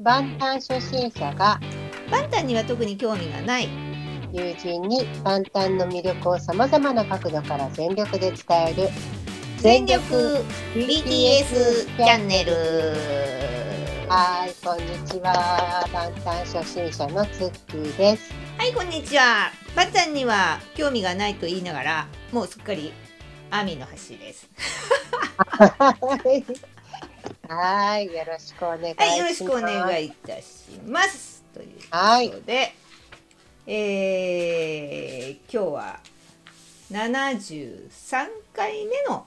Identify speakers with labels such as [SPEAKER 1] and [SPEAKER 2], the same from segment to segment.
[SPEAKER 1] 万端初心者が
[SPEAKER 2] バンタンには特に興味がない
[SPEAKER 1] 友人に万端の魅力をさまざまな角度から全力で伝える
[SPEAKER 2] 全力 BTS チャンネル
[SPEAKER 1] はいこんにちは万端初心者のツッキーです
[SPEAKER 2] はいこんにちはバンタンには興味がないと言いながらもうすっかりアミの橋です
[SPEAKER 1] はいよろしくお願いします
[SPEAKER 2] はいよろしくお願いいたしますという
[SPEAKER 1] はい
[SPEAKER 2] ことで、えー今日は73回目の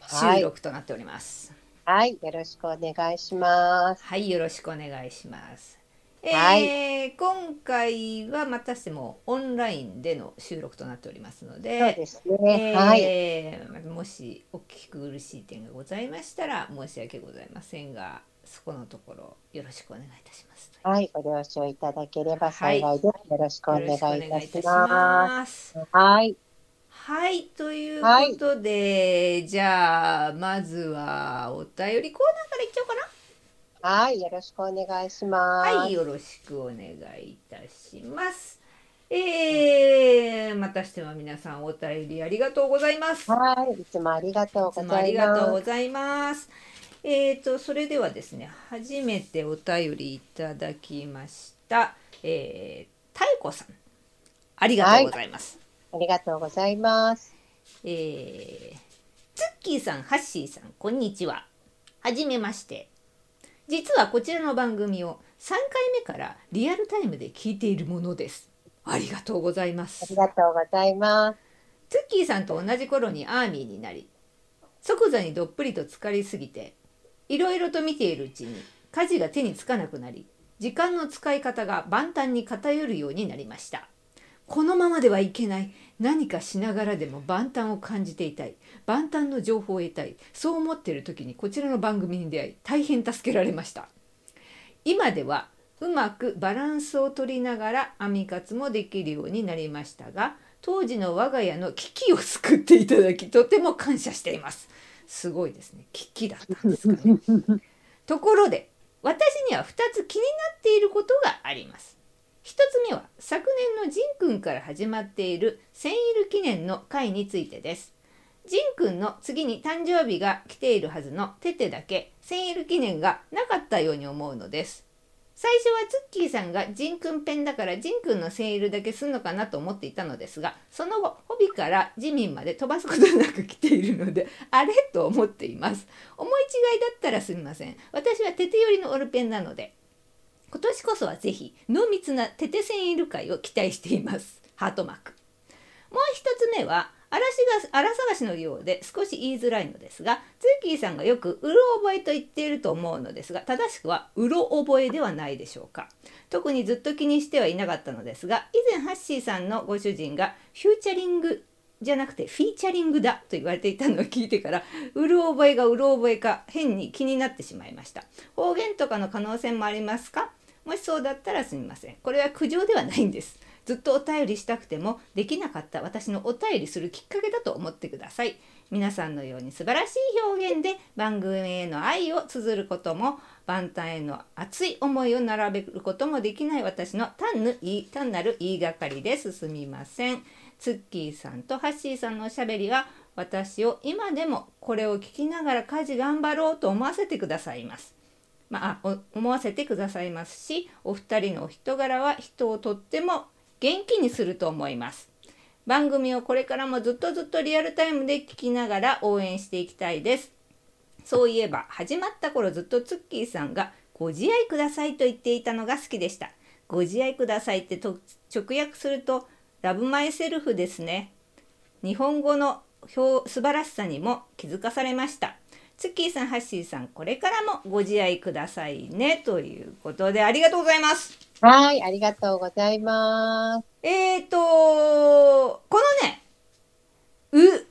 [SPEAKER 1] は
[SPEAKER 2] 収
[SPEAKER 1] い
[SPEAKER 2] 録となっております
[SPEAKER 1] はいよろしくお願いします
[SPEAKER 2] はい、よろしくお願いします。えー
[SPEAKER 1] は
[SPEAKER 2] 今回はまたしてもオンラインでの収録となっておりますので、
[SPEAKER 1] そうですね、
[SPEAKER 2] えー
[SPEAKER 1] はい
[SPEAKER 2] もしお聞き苦しい点がございましたら申し訳ございませんが、そこのところよろしくお願いいたします。
[SPEAKER 1] はいご了承いただければ幸いです、よろしくお願
[SPEAKER 2] よろしくお願
[SPEAKER 1] いいた
[SPEAKER 2] いい
[SPEAKER 1] した
[SPEAKER 2] し
[SPEAKER 1] ま
[SPEAKER 2] ます。
[SPEAKER 1] すはい
[SPEAKER 2] はい、ということで、じゃあまずはお便りコーナーからいっちゃおうかな。
[SPEAKER 1] はい、よろしくお願いします。
[SPEAKER 2] はい、よろしくお願いいたします。えー、またしても皆さんお便りありがとうございます。い
[SPEAKER 1] はい、いつもありがとうご
[SPEAKER 2] つもあ
[SPEAKER 1] ざい
[SPEAKER 2] りが
[SPEAKER 1] ま
[SPEAKER 2] とう
[SPEAKER 1] す。
[SPEAKER 2] ございます。えーと、それではですね、初めてお便りいただきました、えー、太子さん、ありがとうございます。
[SPEAKER 1] ありがとうございます。
[SPEAKER 2] えー、ツッキーさん、ハッシーさん、こんにちは。はじめまして。実はこちらの番組を3回目からリアルタイムで聞いているものです。ありがとうございま
[SPEAKER 1] あ
[SPEAKER 2] す。
[SPEAKER 1] り
[SPEAKER 2] ツ
[SPEAKER 1] がとうございます。
[SPEAKER 2] ッキーさんと同じ頃にアーミーになり、即座にどっぷりと疲れすぎて、いろいろと見ているうちに家事が手につかなくなり、時間の使い方が万端に偏るようになりました。このままではいけない何かしながらでも万端を感じていたい万端の情報を得たいそう思っている時にこちらの番組に出会い大変助けられました今ではうまくバランスを取りながら編み活もできるようになりましたが当時の我が家の危機を救っていただきとても感謝していますすごいですね危機だったんですかねところで私には2つ気になっていることがあります一つ目は昨年のジンくんから始まっているセンイル記念の会についてです。ジンくんの次に誕生日が来ているはずのテテだけセンイル記念がなかったように思うのです。最初はツッキーさんがジンくんペンだからジンくんのセンイルだけすんのかなと思っていたのですが、その後、ホビからジミンまで飛ばすことなく来ているので、 あれと思っています。思い違いだったらすみません。私はテテ寄りのオルペンなので。今年こそはぜひ濃密なテテセンイル会を期待していますハートマークもう一つ目は嵐が荒探しのようで少し言いづらいのですがツーキーさんがよく「うろ覚え」と言っていると思うのですが正しくは「うろ覚え」ではないでしょうか特にずっと気にしてはいなかったのですが以前ハッシーさんのご主人がフューチャリングじゃなくてフィーチャリングだと言われていたのを聞いてからうる覚えがうる覚えか変に気になってしまいました方言とかの可能性もありますかもしそうだったらすみませんこれは苦情ではないんですずっとお便りしたくてもできなかった私のお便りするきっかけだと思ってください皆さんのように素晴らしい表現で番組への愛を綴ることも万端への熱い思いを並べることもできない私の単ぬ言い単なる言いがかりですすみませんツッキーさんとハッシーさんのおしゃべりは私を今でもこれを聞きながら家事頑張ろうと思わせてくださいますまあ、お思わせてくださいますしお二人のお人柄は人をとっても元気にすると思います番組をこれからもずっとずっとリアルタイムで聞きながら応援していきたいですそういえば始まった頃ずっとツッキーさんが「ご自愛ください」と言っていたのが好きでした「ご自愛ください」ってと直訳すると「ラブマイセルフ」ですね日本語の表素晴らしさにも気づかされましたツッキーさんハッシーさんこれからもご自愛くださいねということでありがとうございます
[SPEAKER 1] はい、ありがとうございます。
[SPEAKER 2] えーとこのねううる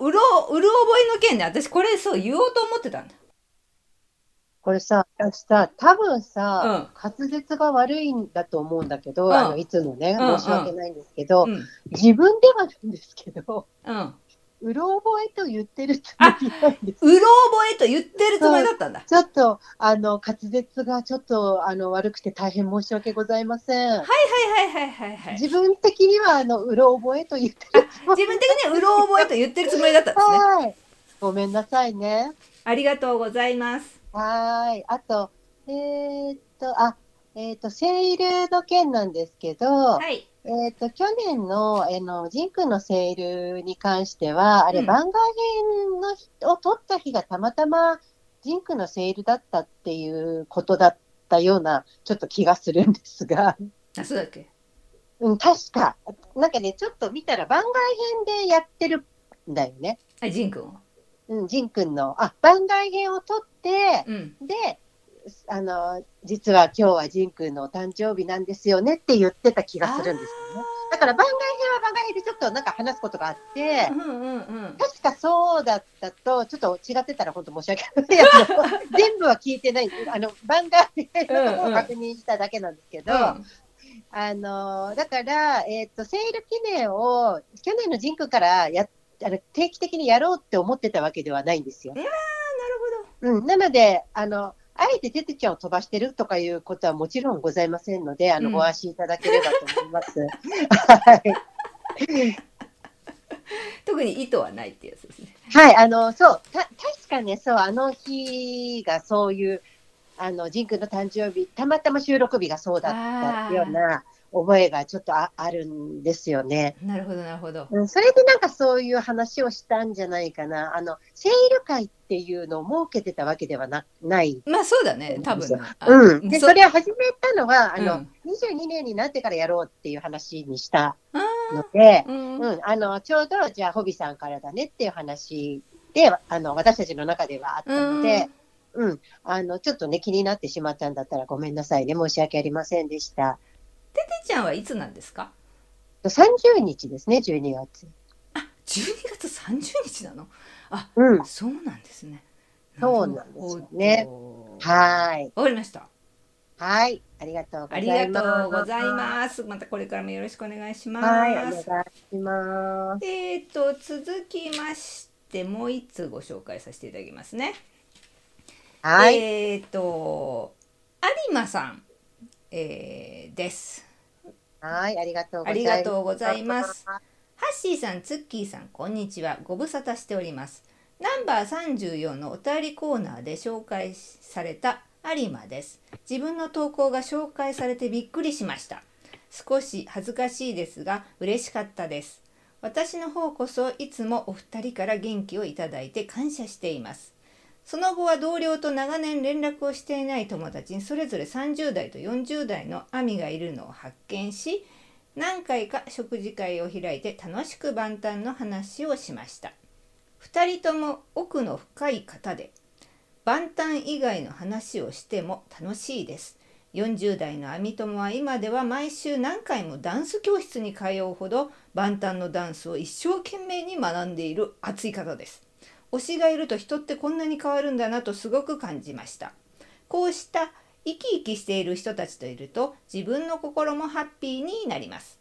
[SPEAKER 2] うろうる覚えの件で私これそう言おうと思ってたんだ
[SPEAKER 1] これさ、私さ、多分さ、
[SPEAKER 2] う
[SPEAKER 1] 滑舌が悪いんだと思うんだけど、
[SPEAKER 2] うん
[SPEAKER 1] あのいつもね、
[SPEAKER 2] うん
[SPEAKER 1] 申し訳ないんですけど、
[SPEAKER 2] んうん
[SPEAKER 1] 自分ではなんですけど、
[SPEAKER 2] うん
[SPEAKER 1] うろ覚えと言ってるつもりなんです。
[SPEAKER 2] うろ覚えと言ってるつもりだったんだ。
[SPEAKER 1] ちょっと、あの、滑舌がちょっと、あの、悪くて大変申し訳ございません。
[SPEAKER 2] はいはいはいはいはいはい。
[SPEAKER 1] 自分的には、あの、うろ覚えと言ってるつもり
[SPEAKER 2] 自分的にはうろ覚えと言ってるつもりだったんですね。
[SPEAKER 1] はい。ごめんなさいね。
[SPEAKER 2] ありがとうございます。
[SPEAKER 1] はーい。あと、えーっと、あ、えーっと、セールの件なんですけど、
[SPEAKER 2] はい。
[SPEAKER 1] えーっと、去年の、えーの、ジンクのセールに関しては、あれ、
[SPEAKER 2] うん
[SPEAKER 1] 番外編の日を取った日がたまたま、ジンクのセールだったっていうことだったような、ちょっと気がするんですが、
[SPEAKER 2] あ、そうだっけ。
[SPEAKER 1] うん、確か、なんかね、ちょっと見たら番外編でやってるんだよね。
[SPEAKER 2] あ、ジン君を。
[SPEAKER 1] うん、ジンくんの、あ、番外編を取って、
[SPEAKER 2] うん。
[SPEAKER 1] で、あの、実は今日はジン君のお誕生日なんですよねって言ってた気がするんですよね。だから番外編は番外編でちょっとなんか話すことがあって
[SPEAKER 2] あー。う、んうんうん。
[SPEAKER 1] 確かそうだったと、ちょっと違ってたら本当申し訳ない。あの全部は聞いてない。あの、番外編のところを確認しただけなんですけど、あの、だから、えっ、と、セール記念を去年のジン君からやあの定期的にやろうって思ってたわけではないんですよ。うん、なので、あの、あえてテテちゃんを飛ばしてるとかいうことはもちろんございませんので、あの、
[SPEAKER 2] うん
[SPEAKER 1] ご安心いただければと思います。 はい。
[SPEAKER 2] 特に意図はないってやつですね。
[SPEAKER 1] はい、あの、そう、た、確かね、そう、あの日がそういう、あの、ジン君の誕生日、たまたま収録日がそうだったような覚えがちょっとああるんですよね。
[SPEAKER 2] なるほどなるほど。
[SPEAKER 1] うん、それでなんかそういう話をしたんじゃないかな。あの、セール会っていうのを設けてたわけではなない
[SPEAKER 2] まあそうだね。多分ね。あ
[SPEAKER 1] うん、で
[SPEAKER 2] そ
[SPEAKER 1] それを始めたのはあの、
[SPEAKER 2] うん
[SPEAKER 1] 22年になってからやろうっていう話にした
[SPEAKER 2] あ
[SPEAKER 1] ので、
[SPEAKER 2] ーうん
[SPEAKER 1] うん、あのちょうどじゃあホビさんからだねっていう話であの私たちの中ではあったので、うんあのちょっとね気になってしまったんだったらごめんなさいね申し訳ありませんでした
[SPEAKER 2] てっちゃんはいつなんですか？
[SPEAKER 1] 30日ですね12月、
[SPEAKER 2] あ、12月30日なの。
[SPEAKER 1] うん、
[SPEAKER 2] そうなんですね。
[SPEAKER 1] そうなんですよね
[SPEAKER 2] なるほど。
[SPEAKER 1] はーい
[SPEAKER 2] わかりました。
[SPEAKER 1] はいありがとうござ
[SPEAKER 2] あ
[SPEAKER 1] い
[SPEAKER 2] り
[SPEAKER 1] ます
[SPEAKER 2] がとうござい
[SPEAKER 1] す
[SPEAKER 2] ます。またこれからもよろしくお願いします。
[SPEAKER 1] はいお願いします
[SPEAKER 2] えー、と続きましてもう一通ご紹介させていただきますね。
[SPEAKER 1] はい、
[SPEAKER 2] えー、と有馬さん、えーです。
[SPEAKER 1] はいありがとうござ
[SPEAKER 2] あ
[SPEAKER 1] いま
[SPEAKER 2] り
[SPEAKER 1] す
[SPEAKER 2] がとうございます。ハッシーさん、ツッキーさん、こんにちは。ご無沙汰しております。ナンバー34のお便りコーナーで紹介された有馬です。自分の投稿が紹介されてびっくりしました。少し恥ずかしいですが、嬉しかったです。私の方こそいつもお二人から元気をいただいて感謝しています。その後は同僚と長年連絡をしていない友達にそれぞれ30代と40代のアミがいるのを発見し、何回か食事会を開いて楽しく万端の話をしました2人とも奥の深い方で万端以外の話をしても楽しいです40代の網友は今では毎週何回もダンス教室に通うほど万端のダンスを一生懸命に学んでいる熱い方です推しがいると人ってこんなに変わるんだなとすごく感じましたこうした生き生きしている人たちといると自分の心もハッピーになります。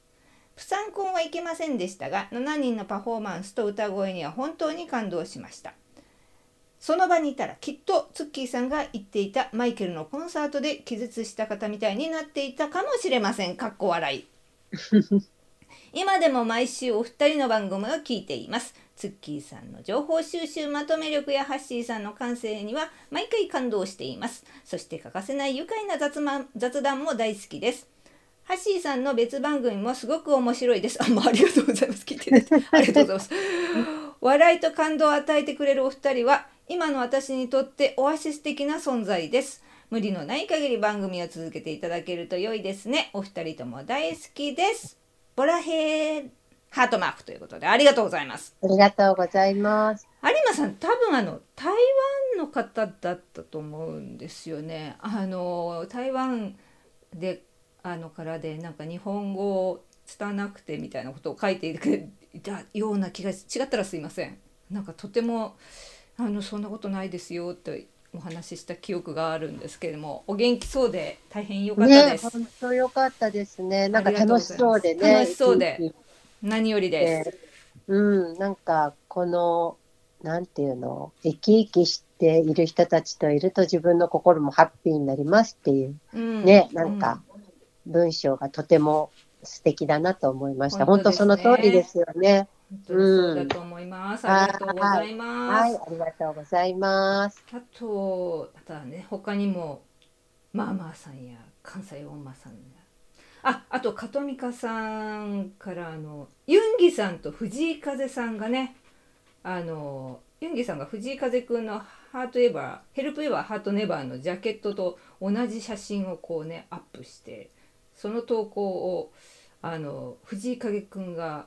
[SPEAKER 2] プサンコンはいけませんでしたが7人のパフォーマンスと歌声には本当に感動しました。その場にいたらきっとツッキーさんが言っていたマイケルのコンサートで気絶した方みたいになっていたかもしれません。かっこ笑い。今でも毎週お二人の番組を聞いています。ツッキーさんの情報収集まとめ力やハッシーさんの感性には毎回感動しています。そして欠かせない愉快な雑ま雑談も大好きです。ハッシーさんの別番組もすごく面白いです。あ、まあ、ありがとうございます。聞いていただいてありがとうございます。笑いと感動を与えてくれるお二人は今の私にとってオアシス的な存在です。無理のない限り番組を続けていただけると良いですね。お二人とも大好きです。ボラヘーハートマークということでありがとうございます。
[SPEAKER 1] ありがとうございます。
[SPEAKER 2] 有馬さん多分あの台湾の方だったと思うんですよね。あの台湾であのからでなんか日本語を拙くてみたいなことを書いていくいたような気が違ったらすいません。なんかとてもあのそんなことないですよってお話しした記憶があるんですけれどもお元気そうで大変良かった
[SPEAKER 1] ね
[SPEAKER 2] で、す。
[SPEAKER 1] 本当良かったですね。なんか
[SPEAKER 2] ありがとうご
[SPEAKER 1] 楽し
[SPEAKER 2] ざいます
[SPEAKER 1] そうでね。
[SPEAKER 2] 楽しそうで
[SPEAKER 1] 一日
[SPEAKER 2] 何よりです。
[SPEAKER 1] でうん、なんかこの、なんていうの、生き生きしている人たちといると自分の心もハッピーになりますっていう
[SPEAKER 2] うん
[SPEAKER 1] ね、なんか文章がとても素敵だなと思いました。本
[SPEAKER 2] 本当
[SPEAKER 1] 当
[SPEAKER 2] です
[SPEAKER 1] そ
[SPEAKER 2] ね
[SPEAKER 1] の通りですよね。
[SPEAKER 2] うん本当にそうだと思います、
[SPEAKER 1] うん
[SPEAKER 2] ありがとうございます、
[SPEAKER 1] はい、ありがとうございます。
[SPEAKER 2] あとあとはね他にもマーマーさんや関西音マさんやああとカトミカさんからあのユンギさんと藤井風さんがねあのユンギさんが藤井風くんの「ハートエバーヘルプエバーハートネバー」のジャケットと同じ写真をこうねアップしてその投稿をあの藤井風くんが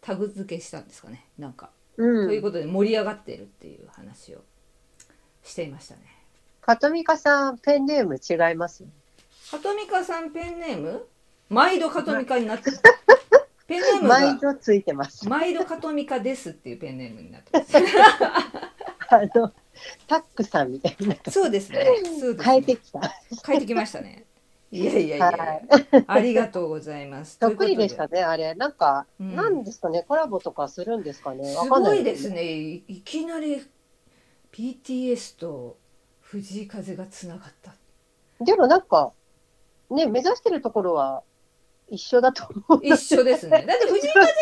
[SPEAKER 2] タグ付けしたんですかねなんか
[SPEAKER 1] う。
[SPEAKER 2] というんことで盛り上がっているっていう話をしていましたね。
[SPEAKER 1] かとみかさん、ペンネーム違います。
[SPEAKER 2] カトミカさんペンネーム毎度カトミカにな ってる。ペンネーム
[SPEAKER 1] 毎
[SPEAKER 2] が
[SPEAKER 1] 度ついてます。
[SPEAKER 2] 毎度カトミカですっていうペンネームになってます。
[SPEAKER 1] あの、タックさんみたいな。
[SPEAKER 2] そうですね。そうです
[SPEAKER 1] 変えて
[SPEAKER 2] ね。
[SPEAKER 1] きた。
[SPEAKER 2] 変えてきましたね。いやいやいや。
[SPEAKER 1] は
[SPEAKER 2] ありがとうございます。ということ
[SPEAKER 1] 得意でしたね、あれ。なんか、
[SPEAKER 2] うん
[SPEAKER 1] なんですかね、コラボとかするんですかね。わ
[SPEAKER 2] す
[SPEAKER 1] かんな
[SPEAKER 2] ご
[SPEAKER 1] い
[SPEAKER 2] いですね。いいきなり BTS と藤井風がつながった。
[SPEAKER 1] でもなんか、ね、目指してるところは一緒だと思う。
[SPEAKER 2] 一緒です ね。だって藤井風くん自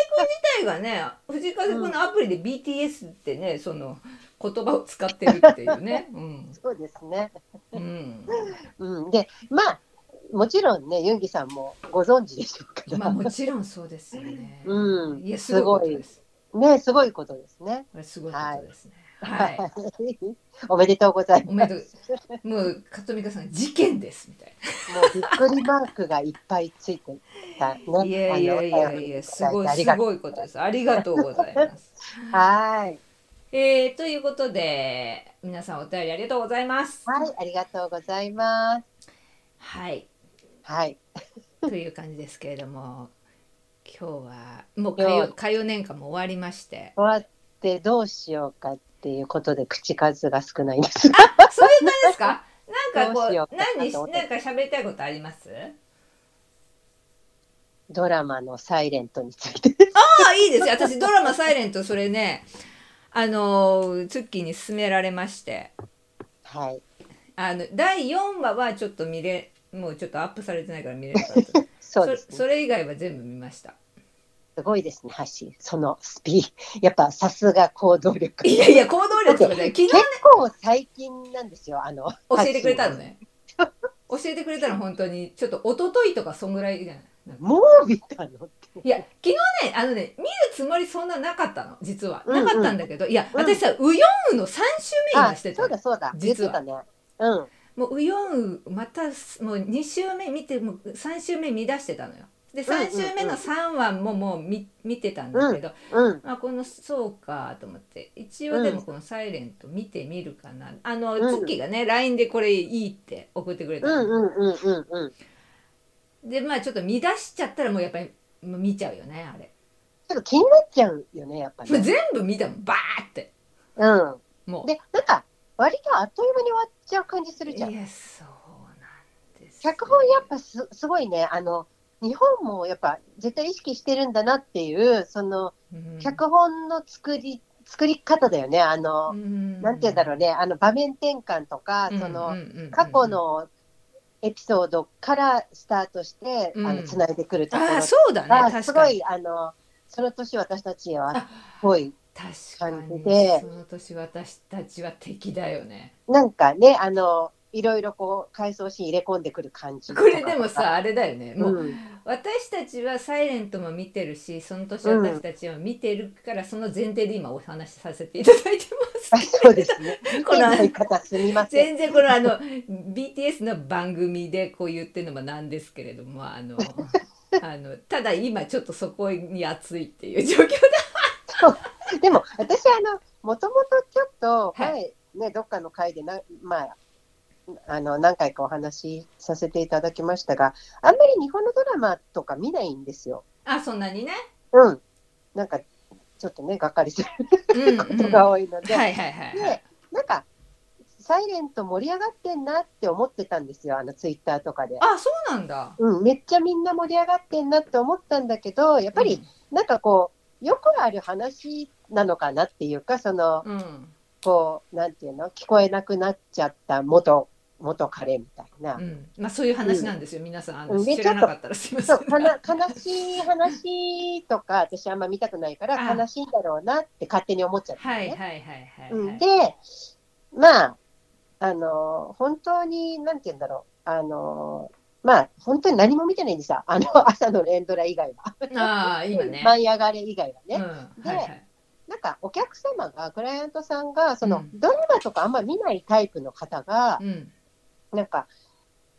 [SPEAKER 2] 体がね、藤井風くんのアプリで BTS ってね、その言葉を使ってるっていうね。うん。
[SPEAKER 1] そうですね。
[SPEAKER 2] うん。
[SPEAKER 1] うん、で、まあ、もちろんね、ユンギさんもご存知でしょうから、
[SPEAKER 2] まあもちろんそうですよね。
[SPEAKER 1] うん
[SPEAKER 2] いや、すごいことです。
[SPEAKER 1] ね、すごいことですね。
[SPEAKER 2] これすごいことですね。はい。
[SPEAKER 1] おめでとうござい
[SPEAKER 2] おめ
[SPEAKER 1] ます。
[SPEAKER 2] でとう。もう、かとみかさん、事件ですみたい
[SPEAKER 1] もうびっくりマークがいっぱいついてたね。
[SPEAKER 2] な。いやいやいやいや、すごい、すごいことです。ありがとうございます。
[SPEAKER 1] あのはい。
[SPEAKER 2] えー、ということで、皆さんお便りありがとうございます。
[SPEAKER 1] はい、ありがとうございます。
[SPEAKER 2] はい。
[SPEAKER 1] はい。
[SPEAKER 2] という感じですけれども今日はもう火曜火曜年間も終わりまして
[SPEAKER 1] 終わってどうしようかっていうことで口数が少ないんです が。
[SPEAKER 2] そういう感じですかなんかこ
[SPEAKER 1] どう
[SPEAKER 2] う
[SPEAKER 1] しようか
[SPEAKER 2] 何し
[SPEAKER 1] と
[SPEAKER 2] な
[SPEAKER 1] 思
[SPEAKER 2] ん
[SPEAKER 1] っ
[SPEAKER 2] か
[SPEAKER 1] て
[SPEAKER 2] 喋りたいことあります
[SPEAKER 1] ドラマのサイレントについて。
[SPEAKER 2] ああいいですよ私ドラマ「サイレントそれねあのーツッキーに勧められまして
[SPEAKER 1] はい。
[SPEAKER 2] あの第4話はちょっと見れもうちょっとアップされてないから見れなかった
[SPEAKER 1] そうです
[SPEAKER 2] そ
[SPEAKER 1] ね。
[SPEAKER 2] それ以外は全部見ました
[SPEAKER 1] すごいですね、ハッシー。そのスピー。 やっぱさすが行動力。
[SPEAKER 2] いやいや行動力とかじゃない昨日
[SPEAKER 1] 結構最近なんですよ、あの。
[SPEAKER 2] 教えてくれたのね教えてくれたの本当にちょっと一昨日とかそんぐらいじゃないなんか
[SPEAKER 1] もう見たのって。
[SPEAKER 2] いや昨日ねあのね見るつもりそんななかったの実は
[SPEAKER 1] うんう
[SPEAKER 2] なんかったんだけど、いや
[SPEAKER 1] うん
[SPEAKER 2] 私さ、ウヨンウの3週目今してた
[SPEAKER 1] そうだそうだ。言っ
[SPEAKER 2] 実
[SPEAKER 1] てた
[SPEAKER 2] は
[SPEAKER 1] ね。うん。
[SPEAKER 2] もうウヨンウまたすもう2週目見てもう3週目見出してたのよで
[SPEAKER 1] うんうんうん
[SPEAKER 2] 3週目の3話ももう見見てたんだけど、
[SPEAKER 1] うん。
[SPEAKER 2] まあ、このそうかと思って一応でも
[SPEAKER 1] うん
[SPEAKER 2] この「サイレント見てみるかなあの、
[SPEAKER 1] うん
[SPEAKER 2] ツッキーがね LINE でこれいいって送ってくれた
[SPEAKER 1] う
[SPEAKER 2] の、
[SPEAKER 1] んうんうんうんうん。
[SPEAKER 2] でまあちょっと見出しちゃったらもうやっぱりもう見ちゃうよねあれ、
[SPEAKER 1] ちょっと気になっちゃうよね、やっぱ
[SPEAKER 2] もう
[SPEAKER 1] ね。
[SPEAKER 2] 全部見たもんバーって
[SPEAKER 1] うん。
[SPEAKER 2] もう
[SPEAKER 1] で、なんか、割とあっという間に終わっちゃう感じするじゃん
[SPEAKER 2] い。やそうなんですよ
[SPEAKER 1] 脚本やっぱすすごいね、あの、日本もやっぱ絶対意識してるんだなっていう、その、
[SPEAKER 2] うん
[SPEAKER 1] 脚本の作り、作り方だよね。あの、なんて言うんだろうね、あの、場面転換とか、その、
[SPEAKER 2] うんうんうんうん
[SPEAKER 1] 過去のエピソードからスタートして、
[SPEAKER 2] うん
[SPEAKER 1] あの繋いでくると
[SPEAKER 2] あ
[SPEAKER 1] ころ
[SPEAKER 2] ーそうだね確か
[SPEAKER 1] が
[SPEAKER 2] に
[SPEAKER 1] すごいあのその年私たちは
[SPEAKER 2] あ
[SPEAKER 1] すごい
[SPEAKER 2] 確かに
[SPEAKER 1] 感じで
[SPEAKER 2] その年私たちは敵だよね
[SPEAKER 1] なんかねあのいろいろこう回想シーン入れ込んでくる感じと
[SPEAKER 2] こ
[SPEAKER 1] か
[SPEAKER 2] れでもさあれだよね
[SPEAKER 1] う
[SPEAKER 2] もうん私たちは「サイレントも見てるしその年私たちは見てるからその前提で今お話しさせていただいて
[SPEAKER 1] あ
[SPEAKER 2] ます
[SPEAKER 1] そうです ね
[SPEAKER 2] この
[SPEAKER 1] 言い方すみません
[SPEAKER 2] 全然このあの BTS の番組でこう言ってるのもなんですけれどもあのあのただ今ちょっとそこに熱いっていう状況
[SPEAKER 1] でも私あのもともとちょっと
[SPEAKER 2] は
[SPEAKER 1] 前、ねどっかの回でなまああの何回かお話しさせていただきましたがあんまり日本のドラマとか見ないんですよ
[SPEAKER 2] あそんなにね
[SPEAKER 1] うん、なんかちょっとね、がっかりする
[SPEAKER 2] うんう
[SPEAKER 1] こ
[SPEAKER 2] ん
[SPEAKER 1] とが多いので、
[SPEAKER 2] はいはいはいはい。
[SPEAKER 1] でなんか、サイレント盛り上がってんなって思ってたんですよ、あのツイッターとかで。
[SPEAKER 2] あ、そうなんだ。やっ
[SPEAKER 1] うん、めっちゃみんな盛り上がってんなって思ったんだけど、やっぱりなんかこう、よくある話なのかなっていうか、その、
[SPEAKER 2] うん
[SPEAKER 1] こう、なんていうの、聞こえなくなっちゃった元、元彼みたいな
[SPEAKER 2] う。んまあそういう話なんですよ、皆さんあ
[SPEAKER 1] う
[SPEAKER 2] の
[SPEAKER 1] んで
[SPEAKER 2] 知らなかったらすいませ
[SPEAKER 1] そ
[SPEAKER 2] ん
[SPEAKER 1] うかな悲しい話とか、私あんま見たくないから、
[SPEAKER 2] あ
[SPEAKER 1] 悲しいんだろうなって勝手に思っちゃったの
[SPEAKER 2] はいは
[SPEAKER 1] ね
[SPEAKER 2] い。はいはい、
[SPEAKER 1] う
[SPEAKER 2] は
[SPEAKER 1] ん
[SPEAKER 2] い
[SPEAKER 1] で、まあ、あの、本当に、なんて言うんだろう、あの、まあ、本当に何も見てないんですよ。あの、 朝の連ドラ以外は。
[SPEAKER 2] ああ今 ね、
[SPEAKER 1] 舞い上がれ以外は
[SPEAKER 2] うん
[SPEAKER 1] ね。
[SPEAKER 2] はい
[SPEAKER 1] で
[SPEAKER 2] はい、
[SPEAKER 1] なんか、お客様が、クライアントさんが、そうの、
[SPEAKER 2] ん
[SPEAKER 1] ドラマとかあんま見ないタイプの方が、
[SPEAKER 2] うん
[SPEAKER 1] なんか、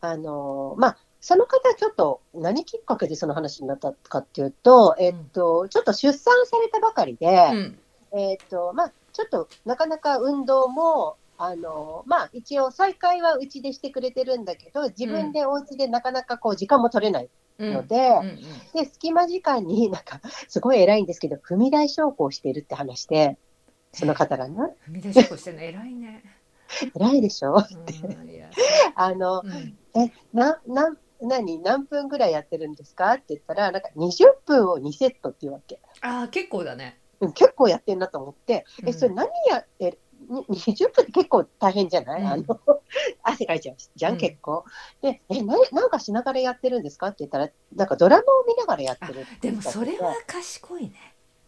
[SPEAKER 1] あの、まあ、その方、ちょっと、何きっかけでその話になったかっていうと、えっと、ちょっと出産されたばかりで、
[SPEAKER 2] うん
[SPEAKER 1] えっ、と、まあ、ちょっとなかなか運動も、あの、まあ、一応再開はうちでしてくれてるんだけど、自分でお家でなかなかこう時間も取れない
[SPEAKER 2] うん
[SPEAKER 1] ので、
[SPEAKER 2] うんうん
[SPEAKER 1] で、隙間時間になんか、すごい偉いんですけど、踏み台昇降してるって話で、その方がね、
[SPEAKER 2] 踏み出しっこしてるの偉いね。
[SPEAKER 1] 偉いでしょ
[SPEAKER 2] うんいや
[SPEAKER 1] あの、
[SPEAKER 2] うん
[SPEAKER 1] え、な、な、何、何分ぐらいやってるんですかって言ったら、なんか20分を2セットっていうわけ。
[SPEAKER 2] ああ結構だね。
[SPEAKER 1] うん結構やってんなと思って、
[SPEAKER 2] う
[SPEAKER 1] え、
[SPEAKER 2] ん
[SPEAKER 1] それ何やって、に20分って結構大変じゃない、
[SPEAKER 2] うん
[SPEAKER 1] あの 汗かいちゃうじゃ、
[SPEAKER 2] うんん
[SPEAKER 1] 結構。で、え、ななんかしながらやってるんですかって言ったら、なんかドラマを見ながらやってるって
[SPEAKER 2] で
[SPEAKER 1] 言っ
[SPEAKER 2] も
[SPEAKER 1] た
[SPEAKER 2] それは賢いね。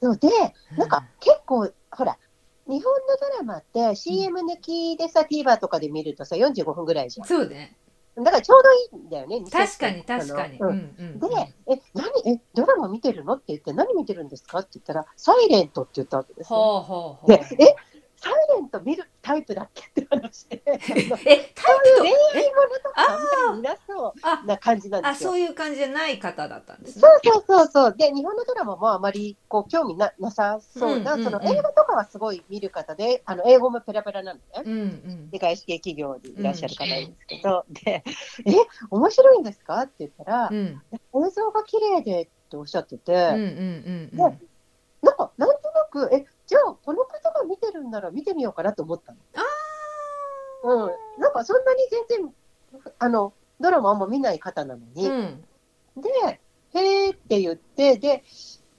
[SPEAKER 1] ので、
[SPEAKER 2] う
[SPEAKER 1] なんか結構、ほら、日本のドラマって CM 抜きでさ、TVer とかで見るとさ、45分ぐらいじゃ
[SPEAKER 2] そうね。
[SPEAKER 1] ん。だからちょうどいいんだよね。
[SPEAKER 2] 確かに確かに。
[SPEAKER 1] あの
[SPEAKER 2] う
[SPEAKER 1] うん
[SPEAKER 2] んうん。
[SPEAKER 1] で、え、何、え、ドラマ見てるのって言って、何見てるんですかって言ったら、サイレントって言ったわけですよ
[SPEAKER 2] ほうほうほう。
[SPEAKER 1] で、え、サイレント見るタイプだっけって話で、そう
[SPEAKER 2] えタイプと
[SPEAKER 1] いう恋愛ものとかあんまり見なそ
[SPEAKER 2] あ
[SPEAKER 1] うな感じなんで
[SPEAKER 2] あ
[SPEAKER 1] すよ
[SPEAKER 2] そ。ういう感じじゃない方だったんですね。
[SPEAKER 1] そうそうそうそう。で、日本のドラマもあまりこう興味ななさそうな、
[SPEAKER 2] うんうんうん
[SPEAKER 1] その映画とかはすごい見る方で、あの英語もペラペラなのね。
[SPEAKER 2] うんうん。
[SPEAKER 1] で、外資系企業にいらっしゃる方なんですけど、で、え、面白いんですかって言ったら
[SPEAKER 2] う、ん
[SPEAKER 1] 映像が綺麗でっておっしゃってて、
[SPEAKER 2] うんうんうんう
[SPEAKER 1] で
[SPEAKER 2] ん。
[SPEAKER 1] なんか、なんとなく、え、じゃあ、この方が見てるんなら見てみようかなと思ったの。
[SPEAKER 2] あ
[SPEAKER 1] うん。なんか、そんなに全然、あの、ドラマあんま見ない方なのに。
[SPEAKER 2] うん
[SPEAKER 1] で、へーって言って、で、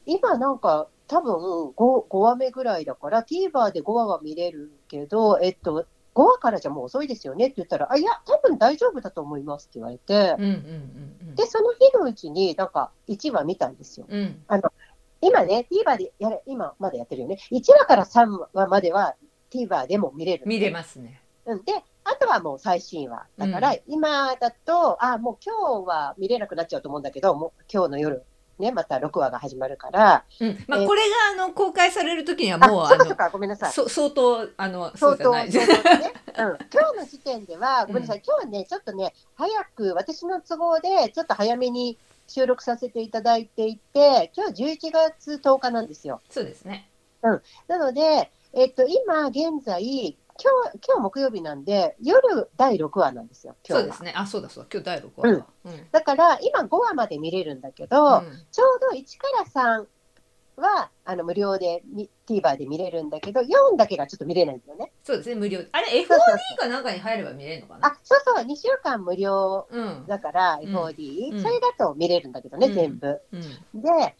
[SPEAKER 1] 今なんか、多分5、5話目ぐらいだから、TVer で5話は見れるけど、えっと、5話からじゃもう遅いですよねって言ったら、あ、いや、多分大丈夫だと思いますって言われて
[SPEAKER 2] うんう、んうん
[SPEAKER 1] で、その日のうちになんか1話見たんですよ。
[SPEAKER 2] うん。うん
[SPEAKER 1] 今ね、TVer でやれ、今まだやってるよね。1話から3話までは TVer でも見れる。
[SPEAKER 2] 見れますね。
[SPEAKER 1] うん、で、あとはもう最新話。だから、
[SPEAKER 2] う
[SPEAKER 1] 今だと、あ、もう今日は見れなくなっちゃうと思うんだけど、もう今日の夜、ね、また6話が始まるから。
[SPEAKER 2] うん。まあ
[SPEAKER 1] え
[SPEAKER 2] これがあの公開される時には
[SPEAKER 1] あ、
[SPEAKER 2] もう
[SPEAKER 1] そ
[SPEAKER 2] あ
[SPEAKER 1] うかそう
[SPEAKER 2] の
[SPEAKER 1] か、ごめんなさい。
[SPEAKER 2] そ相当あのそ
[SPEAKER 1] 相
[SPEAKER 2] うじゃ
[SPEAKER 1] 当、相
[SPEAKER 2] ない。
[SPEAKER 1] 当ね。うん、今日の時点では、ごめんなさい、今日はね、ちょっとね、早く、私の都合で、ちょっと早めに収録させていただいていて、今日11月10日なんですよ。
[SPEAKER 2] そうですね。
[SPEAKER 1] なので、えっと、今現在、今日、今日木曜日なんで、夜第6話なんですよ、今
[SPEAKER 2] そう
[SPEAKER 1] 日
[SPEAKER 2] で
[SPEAKER 1] は。
[SPEAKER 2] すね。あそうだそうだ。今日第六話だわ。うん。
[SPEAKER 1] だから、今5話まで見れるんだけど、
[SPEAKER 2] うん
[SPEAKER 1] ちょうど1から3は、あの、無料でみ TVer で見れるんだけど、4だけがちょっと見れないんだよね。
[SPEAKER 2] そうですね、無料。あれ、FOD
[SPEAKER 1] そうそう
[SPEAKER 2] かなんかに入れば見れるのかな
[SPEAKER 1] あ、そうそう、2週間無料
[SPEAKER 2] うん。
[SPEAKER 1] だから、
[SPEAKER 2] うん
[SPEAKER 1] FOD、
[SPEAKER 2] うん
[SPEAKER 1] それだと見れるんだけどね、
[SPEAKER 2] うん
[SPEAKER 1] 全部。
[SPEAKER 2] うん、
[SPEAKER 1] で、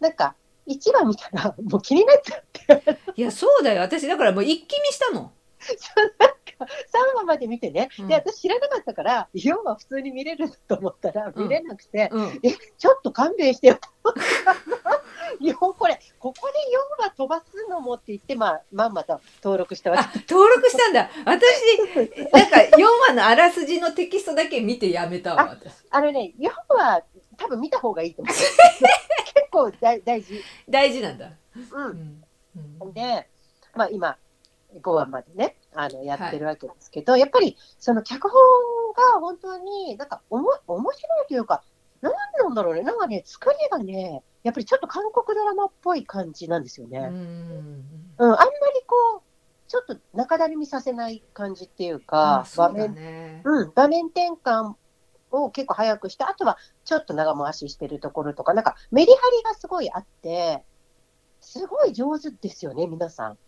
[SPEAKER 1] なんか、1話見たら、もう気になっちゃって、
[SPEAKER 2] いや、そうだよ。私、だからもう一気見したもん。
[SPEAKER 1] 3話まで見てね、
[SPEAKER 2] うん
[SPEAKER 1] で私知らなかったから、4話普通に見れると思ったら、
[SPEAKER 2] うん
[SPEAKER 1] 見れなくて、
[SPEAKER 2] うん。
[SPEAKER 1] ちょっと勘弁してよと 思ったいやこれ、ここで4話飛ばすのもって言って、まあ、まんまと登録したわけ
[SPEAKER 2] あ、登録したんだ。私、なんか4話のあらすじのテキストだけ見てやめたわ、私。
[SPEAKER 1] あのね、4話、多分見た方がいいと 思う。結構大大事。
[SPEAKER 2] 大事なんだ。
[SPEAKER 1] う
[SPEAKER 2] うん。うん
[SPEAKER 1] ん、で、まあ、今、5話までね、あのやってるわけですけど、やっぱりその脚本が本当になんかおも面白いというか、なんなんだろうね、なんかね、作りがね、やっぱりちょっと韓国ドラマっぽい感じなんですよね。
[SPEAKER 2] うん
[SPEAKER 1] うん、あんまりこう、ちょっと中だるみさせない感じっていうか、
[SPEAKER 2] あ、そう
[SPEAKER 1] 場
[SPEAKER 2] だ
[SPEAKER 1] 面、
[SPEAKER 2] ね。
[SPEAKER 1] うん、場面転換を結構早くして、あとはちょっと長回ししてるところとか、なんかメリハリがすごいあって、すごい上手ですよね、皆さん。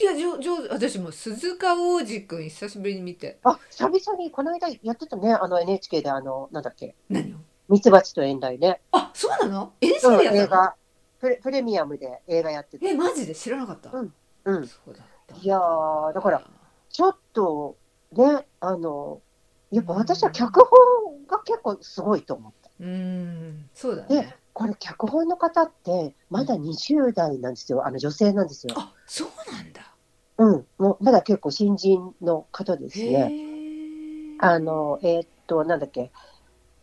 [SPEAKER 2] いや、上上手。私もう鈴鹿央士くん久しぶりに見て。
[SPEAKER 1] あ、久々に、この間やってたね、あの NHK で、あの、なんだっけ、
[SPEAKER 2] 何を
[SPEAKER 1] ミツバチと遠雷ね。
[SPEAKER 2] あ、そうなの ?NHK で
[SPEAKER 1] うん映
[SPEAKER 2] やったの
[SPEAKER 1] 画。プレプレミアムで映画やってて
[SPEAKER 2] えマジで知らなかった、
[SPEAKER 1] うんうん、
[SPEAKER 2] そうだった
[SPEAKER 1] いやーだからちょっとねあのやっぱ私は脚本が結構すごいと思った
[SPEAKER 2] うーんそうだ
[SPEAKER 1] ね
[SPEAKER 2] ね
[SPEAKER 1] これ脚本の方ってまだ20代なんですよあの女性なんですよ、
[SPEAKER 2] あそうなんだ
[SPEAKER 1] うん、もうまだ結構新人の方です
[SPEAKER 2] へ
[SPEAKER 1] ね
[SPEAKER 2] え
[SPEAKER 1] あのえーっとなんだっけ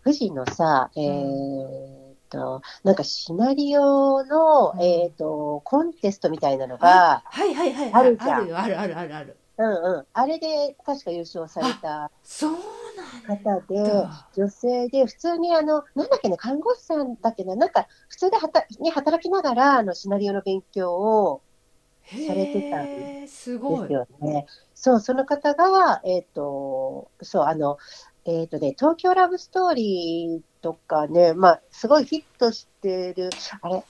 [SPEAKER 1] 富士のさえ
[SPEAKER 2] ん
[SPEAKER 1] ーっとなんかシナリオの、
[SPEAKER 2] うん
[SPEAKER 1] えーっとコンテストみたいなのが、
[SPEAKER 2] はいはいはい
[SPEAKER 1] あ
[SPEAKER 2] はい
[SPEAKER 1] るじゃん
[SPEAKER 2] あるよあるあるあるある
[SPEAKER 1] うんうん、あれで確か優勝された
[SPEAKER 2] そうなんだ
[SPEAKER 1] 方で、女性で、普通にあの、なんだっけな、看護師さんだっけな、なんか、普通ではたに働きながら、あの、シナリオの勉強を、
[SPEAKER 2] へー
[SPEAKER 1] されてたん
[SPEAKER 2] す
[SPEAKER 1] で
[SPEAKER 2] ごい
[SPEAKER 1] すよね。そう、その方が、えっ、と、そう、あの、えっ、とね、東京ラブストーリーとかね、まあ、すごいヒットしてる、あれ、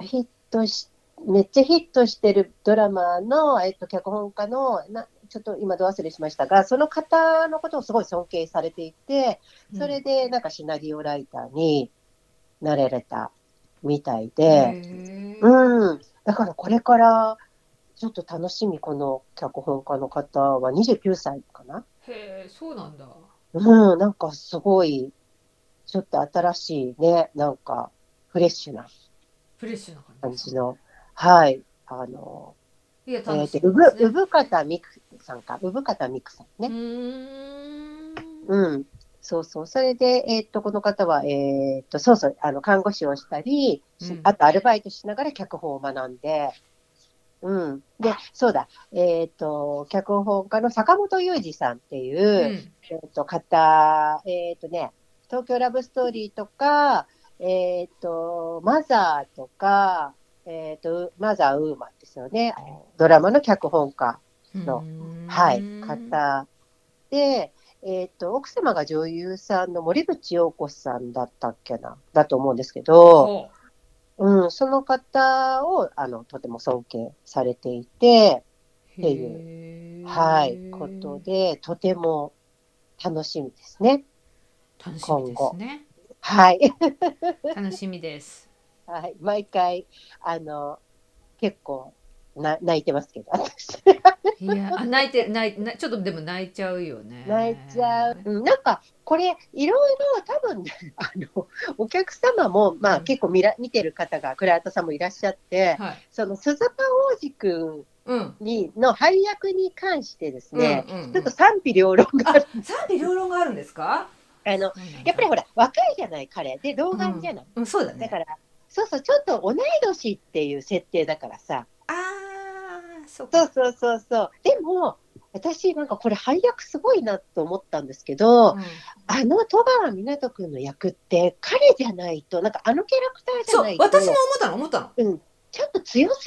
[SPEAKER 1] ヒットし、めっちゃヒットしてるドラマの、えっ、と、脚本家の、なちょっと今、ど忘れしましたが、その方のことをすごい尊敬されていて、それでなんかシナリオライターになれれたみたいで、
[SPEAKER 2] へー
[SPEAKER 1] うん、だからこれからちょっと楽しみ、この脚本家の方は29歳かな、
[SPEAKER 2] へーそうなんだ
[SPEAKER 1] うん、なんかすごい、ちょっと新しいね、なんかフレッシュな
[SPEAKER 2] フレッシュな感
[SPEAKER 1] 感
[SPEAKER 2] じ
[SPEAKER 1] じの、はい、あの、
[SPEAKER 2] いや
[SPEAKER 1] え
[SPEAKER 2] 楽し
[SPEAKER 1] ー
[SPEAKER 2] み
[SPEAKER 1] と、
[SPEAKER 2] ですね
[SPEAKER 1] 産産方美久さんか、産方美久さんね
[SPEAKER 2] う。ーん
[SPEAKER 1] うん、そうそう、それで、えーっとこの方は、えーっとそうそうあの看護師をしたり、し
[SPEAKER 2] うん
[SPEAKER 1] あとアルバイトしながら脚本を学んで、うん、でそうだ、えーっと脚本家の坂本雄二さんっていう、
[SPEAKER 2] うん
[SPEAKER 1] えーっと方、えーっとね、東京ラブストーリーとか、えーっとマザーとか、えーっとマザーウーマンですよね、ドラマの脚本家。の
[SPEAKER 2] うーん
[SPEAKER 1] はい、方で、えっと奥様が女優さんの森口瑤子さんだったっけなだと思うんですけど、
[SPEAKER 2] ほ
[SPEAKER 1] うん、その方をあのとても尊敬されていて、
[SPEAKER 2] う
[SPEAKER 1] って
[SPEAKER 2] いう
[SPEAKER 1] はい、ことでとても楽しみですね。
[SPEAKER 2] 楽しみですね
[SPEAKER 1] はい、
[SPEAKER 2] 楽しみです
[SPEAKER 1] はい、毎回あの結構な泣いてますけど、私
[SPEAKER 2] いやあ泣いて泣いなちょっとでも泣いちゃうよね
[SPEAKER 1] 泣いちゃう。うんなんか、これ、いろいろ多分、 ね、あの、お客様も、まあ
[SPEAKER 2] うん
[SPEAKER 1] 結構見ら見てる方が、クライアントさんもいらっしゃって、
[SPEAKER 2] はい
[SPEAKER 1] その鈴鹿央士くん
[SPEAKER 2] うん
[SPEAKER 1] に、の配役に関してですね、
[SPEAKER 2] うんうんうん
[SPEAKER 1] ちょっと賛否両論があ る。
[SPEAKER 2] 賛否両論があるんですか
[SPEAKER 1] あの、やっぱりほら、若いじゃない、彼。で、童顔じゃない。
[SPEAKER 2] うんそうだね
[SPEAKER 1] だから、そうそう、ちょっと同い年っていう設定だからさ。
[SPEAKER 2] ああそう
[SPEAKER 1] そ
[SPEAKER 2] か
[SPEAKER 1] うそうそうそう。でも、私なんかこれ配役すごいなと思ったんですけど、
[SPEAKER 2] うん
[SPEAKER 1] あの戸川湊君の役って彼じゃないとなんかあのキャラクターじゃ
[SPEAKER 2] そ
[SPEAKER 1] な
[SPEAKER 2] う
[SPEAKER 1] いと
[SPEAKER 2] 私も思ったの思ったの
[SPEAKER 1] ちょっと強す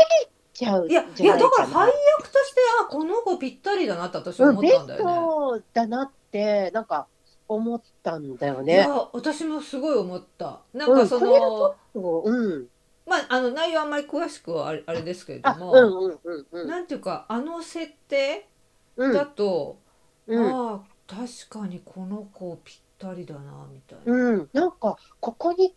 [SPEAKER 1] ぎちゃう
[SPEAKER 2] いやい
[SPEAKER 1] じゃ
[SPEAKER 2] や
[SPEAKER 1] ない
[SPEAKER 2] だから
[SPEAKER 1] な
[SPEAKER 2] 配役としてあこの子ぴったりだなって私は
[SPEAKER 1] うん
[SPEAKER 2] 思っ
[SPEAKER 1] ベ
[SPEAKER 2] たん
[SPEAKER 1] ス
[SPEAKER 2] だよね、
[SPEAKER 1] トだなってなんか思ったんだよ
[SPEAKER 2] い
[SPEAKER 1] ね
[SPEAKER 2] や。私もすごい思ったなんかそ
[SPEAKER 1] うんそれが
[SPEAKER 2] の、
[SPEAKER 1] そううん、
[SPEAKER 2] まああの内容あんまり詳しくはあれあれですけれど
[SPEAKER 1] あ
[SPEAKER 2] も、
[SPEAKER 1] うんうんうんうん
[SPEAKER 2] なんていうかあの設定
[SPEAKER 1] う
[SPEAKER 2] だ
[SPEAKER 1] ん
[SPEAKER 2] と、
[SPEAKER 1] うん
[SPEAKER 2] ああ確かにこの子ぴったりだなみたいな、
[SPEAKER 1] うんなんかここに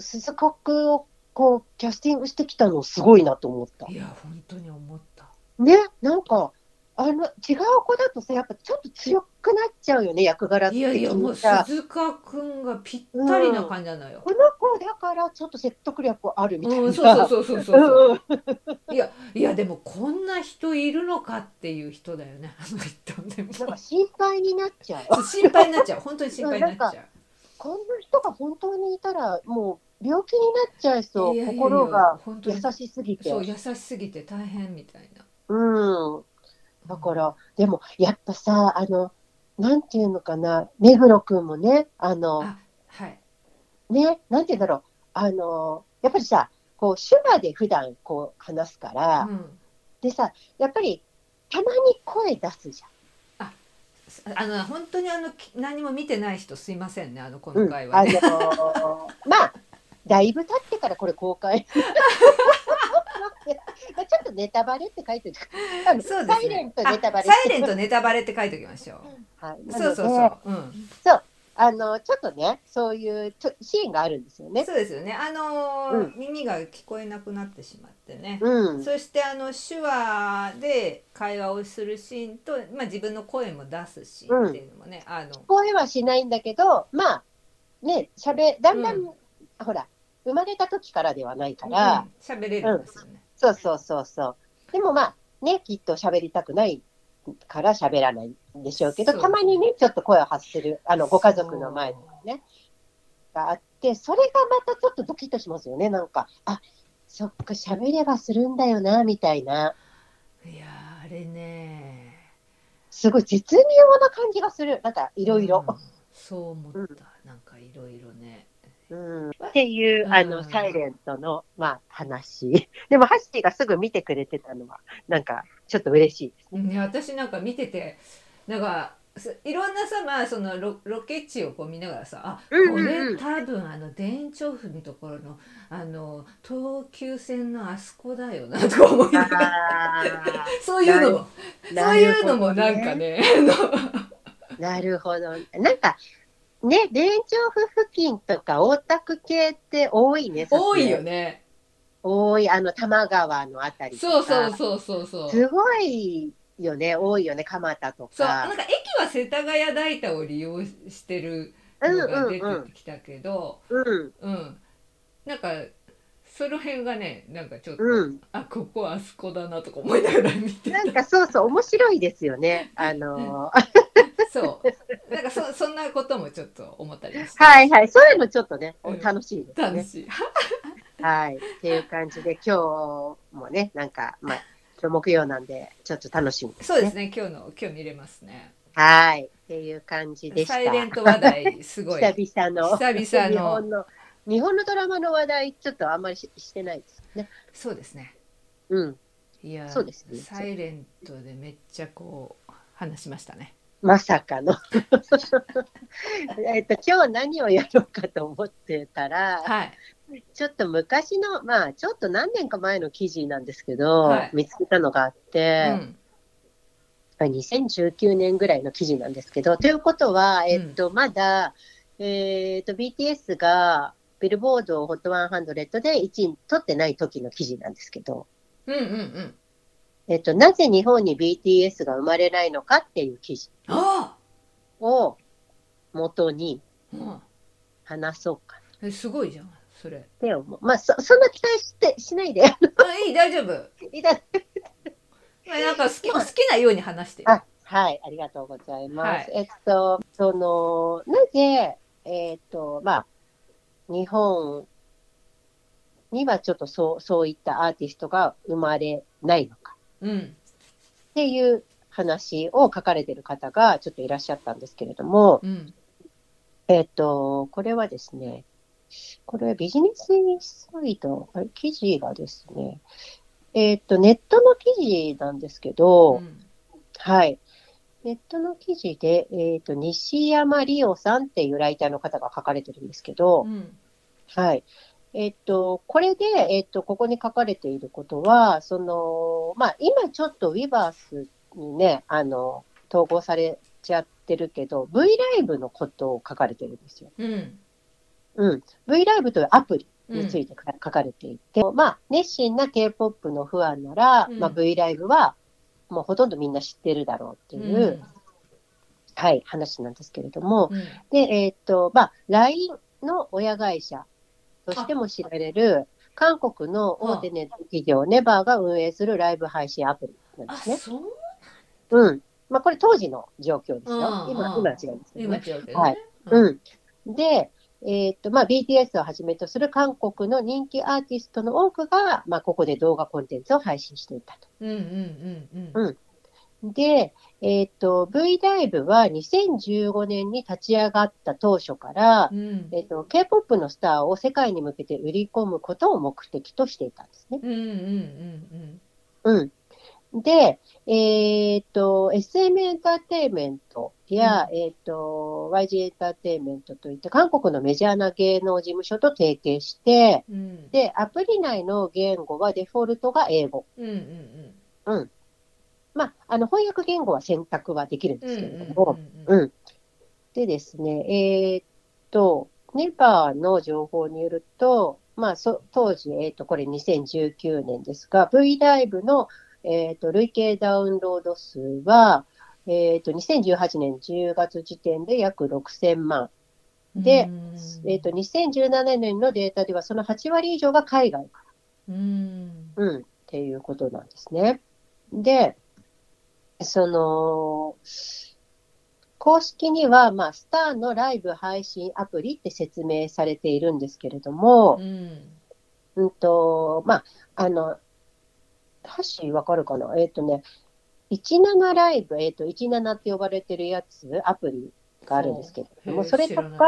[SPEAKER 1] 鈴鹿君をこうキャスティングしてきたのすごいなと思った
[SPEAKER 2] い。や本当に思った
[SPEAKER 1] ねなんかあの違う子だとさやっぱちょっと強くなっちゃうよね役柄的
[SPEAKER 2] い
[SPEAKER 1] に
[SPEAKER 2] や
[SPEAKER 1] さ。
[SPEAKER 2] いやもう鈴鹿くんがぴったりな感じなのよ、
[SPEAKER 1] この子だからちょっと説得力あるみ
[SPEAKER 2] う
[SPEAKER 1] たいな。
[SPEAKER 2] ん、そうそうそうそうそう
[SPEAKER 1] う
[SPEAKER 2] そうん
[SPEAKER 1] うん
[SPEAKER 2] いやいやでもこんな人いるのかっていう人だよね あの人
[SPEAKER 1] な
[SPEAKER 2] で
[SPEAKER 1] ん
[SPEAKER 2] も
[SPEAKER 1] か心配になっちゃう。
[SPEAKER 2] 心配になっちゃう本当に心配になっちゃう
[SPEAKER 1] こんな人が本当にいたらもう病気になっちゃいそう。
[SPEAKER 2] いやいやいや
[SPEAKER 1] 心が
[SPEAKER 2] 本当
[SPEAKER 1] 優
[SPEAKER 2] に
[SPEAKER 1] しすぎて。
[SPEAKER 2] そう
[SPEAKER 1] う
[SPEAKER 2] 優しすぎて大変みたいな。
[SPEAKER 1] ん。だからでもやっぱさあのなんていうのかな目黒くんもねあの
[SPEAKER 2] あはい
[SPEAKER 1] ねなんていうんだろうあのやっぱりさこう手話で普段こう話すから、
[SPEAKER 2] うん、
[SPEAKER 1] でさやっぱりたまに声出すじゃん。
[SPEAKER 2] あの本当にあのき何も見てない人すいませんねあのこ
[SPEAKER 1] う
[SPEAKER 2] の
[SPEAKER 1] ん、あ
[SPEAKER 2] 会
[SPEAKER 1] の
[SPEAKER 2] 話ね、
[SPEAKER 1] ー まあだいぶ経ってからこれ公 開まあちょっとネタバレって書いてるあの
[SPEAKER 2] そうですね
[SPEAKER 1] サイレントネタバレ
[SPEAKER 2] あサイレントネタバレって書いておきましょう
[SPEAKER 1] はい、
[SPEAKER 2] そうそう
[SPEAKER 1] なので
[SPEAKER 2] そう、うん、
[SPEAKER 1] そうあの、ちょっとね、そういうちょシーンがあるんですよね。
[SPEAKER 2] そうですよね。あのー
[SPEAKER 1] う
[SPEAKER 2] 耳が聞こえなくなってしまってね。
[SPEAKER 1] うん。
[SPEAKER 2] そしてあの手話で会話をするシーンと、まあ、自分の声も出すシーンっていうのもね、あの
[SPEAKER 1] 声はしないんだけど、まあ、ね、喋、だんだん、
[SPEAKER 2] うん
[SPEAKER 1] ほら、生まれた時からではないから、
[SPEAKER 2] うん喋れるんですよね。
[SPEAKER 1] そうそうそうそう。でもまあ、ね、きっと喋りたくないから喋らないんでしょうけど、
[SPEAKER 2] そう
[SPEAKER 1] たまにね、ちょっと声を発する、あの、ご家族の前ね、があって、それがまたちょっとドキッとしますよね、なんか。あ、そっか、喋ればするんだよな、みたいな。
[SPEAKER 2] いやーあれね
[SPEAKER 1] すごい絶妙な感じがする。なんか、い
[SPEAKER 2] い
[SPEAKER 1] ろいろ。
[SPEAKER 2] そう思った、なんかいろいろね
[SPEAKER 1] うんっていうう、
[SPEAKER 2] ん
[SPEAKER 1] あの、サイレントの、まあ、話。 でも、ハッシーがすぐ見てくれてたのは、なんか、ちょっと嬉しいですね。
[SPEAKER 2] いや私なんか見ててなんかすいろんなさまあそのロロケ地をこう見ながらさあこ
[SPEAKER 1] うんうんうん
[SPEAKER 2] れ多分あの田園調布のところのあの東急線のあそこだよなとか思いながら
[SPEAKER 1] あ
[SPEAKER 2] そういうのも
[SPEAKER 1] ー
[SPEAKER 2] そういうのもなんか。ね
[SPEAKER 1] なるほどね。なんか、ね、田園調布付近とか大田区系って多い ね。
[SPEAKER 2] 多いよ
[SPEAKER 1] ね。
[SPEAKER 2] ね
[SPEAKER 1] 多い、あの、多摩川のあたりと
[SPEAKER 2] そう
[SPEAKER 1] か。
[SPEAKER 2] そうそうそうそうそう
[SPEAKER 1] すごいよね、多いよね、蒲田と
[SPEAKER 2] な
[SPEAKER 1] か
[SPEAKER 2] ん。か駅は世田谷代田を利用してる
[SPEAKER 1] うん
[SPEAKER 2] の
[SPEAKER 1] う
[SPEAKER 2] が
[SPEAKER 1] ん
[SPEAKER 2] 出
[SPEAKER 1] うん
[SPEAKER 2] て。きたけど
[SPEAKER 1] うん
[SPEAKER 2] うんなんかその辺がねなんかちょっと、
[SPEAKER 1] うん、
[SPEAKER 2] あここあそこだなとか思いながら見てた
[SPEAKER 1] なんかそうそう面白いですよね。あのー
[SPEAKER 2] そうなんかそそんなこともちょっと思ったりもして
[SPEAKER 1] はいはいそういうのちょっとね、
[SPEAKER 2] うん
[SPEAKER 1] 楽しいです
[SPEAKER 2] 楽
[SPEAKER 1] ね。
[SPEAKER 2] しい
[SPEAKER 1] はいっていう感じで今日もねなんかまあ今日木曜なんでちょっと楽しみです、ね。
[SPEAKER 2] そうですね今日の今日見れますね
[SPEAKER 1] はい。っていう感じでした。
[SPEAKER 2] サイレント話題すご い
[SPEAKER 1] 久々の。
[SPEAKER 2] 久々の
[SPEAKER 1] 日本の。日本のドラマの話題、ちょっとあんまりししてないですね。
[SPEAKER 2] そうですね
[SPEAKER 1] うん。
[SPEAKER 2] いや
[SPEAKER 1] そうですね
[SPEAKER 2] サイレントでめっちゃこう話しましたね
[SPEAKER 1] まさかの。 えっと、今日何をやろうかと思ってたら、
[SPEAKER 2] はい
[SPEAKER 1] ちょっと昔の、まあ、ちょっと何年か前の記事なんですけど、
[SPEAKER 2] はい
[SPEAKER 1] 見つけたのがあって、
[SPEAKER 2] うん
[SPEAKER 1] まあ2019年ぐらいの記事なんですけど、ということは、えっと、まだ、えっと、BTS がビルボード HOT100 で1位取ってない時の記事なんですけど、
[SPEAKER 2] うんうんうん
[SPEAKER 1] えっと、なぜ日本に BTS が生まれないのかっていう記事
[SPEAKER 2] あ
[SPEAKER 1] を元に
[SPEAKER 2] あ、うん
[SPEAKER 1] 話そうかっ
[SPEAKER 2] えすごいじゃんそれ
[SPEAKER 1] て思う。まあ、そ、そんな期待して、しないで。
[SPEAKER 2] あいい大丈夫
[SPEAKER 1] いた
[SPEAKER 2] まあなんか好きお好きなように話して
[SPEAKER 1] あはい、ありがとうございます。えっと、その、なぜ、えっと、まあ、日本にはちょっとそう、そういったアーティストが生まれないのか
[SPEAKER 2] うん
[SPEAKER 1] っていう話を書かれてる方がちょっといらっしゃったんですけれども、
[SPEAKER 2] うん
[SPEAKER 1] えっと、これはですね、これはビジネスサイト、あれ記事がですね、えっと、ネットの記事なんですけど、
[SPEAKER 2] うん
[SPEAKER 1] はい。ネットの記事で、えっ、と、西山里夫さんっていうライターの方が書かれてるんですけど
[SPEAKER 2] う、ん
[SPEAKER 1] はい。えっ、と、これで、えっ、と、ここに書かれていることは、その、まあ、今ちょっとウィバースにね、あの、統合されちゃってるけど、V ライブのことを書かれてるんですよ。
[SPEAKER 2] うん
[SPEAKER 1] うん。V ライブというアプリ
[SPEAKER 2] うん
[SPEAKER 1] について書かれていて、まあ、熱心な K-POP のファンなら、
[SPEAKER 2] うん
[SPEAKER 1] まあ、V ライブは、もうほとんどみんな知ってるだろうっていう、はい、話なんですけれども、
[SPEAKER 2] うん
[SPEAKER 1] で、えーっと、まあ、LINE の親会社としても知られる、韓国の大手ネット企業、ネバーが運営するライブ配信アプリなん
[SPEAKER 2] あ
[SPEAKER 1] ですね。
[SPEAKER 2] そう
[SPEAKER 1] うん。まあ、これ当時の状況ですよ。
[SPEAKER 2] う
[SPEAKER 1] 今、
[SPEAKER 2] んうん
[SPEAKER 1] 今は違うんですけど
[SPEAKER 2] 今
[SPEAKER 1] ね。
[SPEAKER 2] 違うけどね、
[SPEAKER 1] はい
[SPEAKER 2] うん
[SPEAKER 1] うん。で、えーっと、まあ、BTS をはじめとする韓国の人気アーティストの多くが、まあ、ここで動画コンテンツを配信していたと。
[SPEAKER 2] うんうんうん
[SPEAKER 1] うんで、えーっと、V ライブは2015年に立ち上がった当初から、
[SPEAKER 2] うん
[SPEAKER 1] えっと、K-POP のスターを世界に向けて売り込むことを目的としていたんですね。
[SPEAKER 2] うんうんうん
[SPEAKER 1] うん。で、えっと、SM エンターテインメントや、えっと、YG エンターテインメントといった韓国のメジャーな芸能事務所と提携して、
[SPEAKER 2] うんうん
[SPEAKER 1] で、アプリ内の言語はデフォルトが英語。
[SPEAKER 2] うんうんうん
[SPEAKER 1] まあ、あの、翻訳言語は選択はできるん
[SPEAKER 2] う
[SPEAKER 1] で
[SPEAKER 2] ん
[SPEAKER 1] す
[SPEAKER 2] うん
[SPEAKER 1] けれ
[SPEAKER 2] うん
[SPEAKER 1] ども、
[SPEAKER 2] うん
[SPEAKER 1] うん。でですね、えーっと、ネバーの情報によると、まあ、そ当時、えーっと、これ2019年ですが、V ライブの、えーっと累計ダウンロード数は、えーっと、2018年10月時点で約6000万。で
[SPEAKER 2] うん
[SPEAKER 1] えーっと、2017年のデータでは、その8割以上が海外か
[SPEAKER 2] うん
[SPEAKER 1] ら、うん、っていうことなんですね。で、その、公式には、まあ、スターのライブ配信アプリって説明されているんですけれども、
[SPEAKER 2] うん
[SPEAKER 1] うんと、まあ、あの、ハッシーわかるかなえっ、とね、17ライブ、えっ、と、17って呼ばれてるやつ、アプリがあるんですけれども、
[SPEAKER 2] へー
[SPEAKER 1] それと
[SPEAKER 2] 知らな
[SPEAKER 1] か、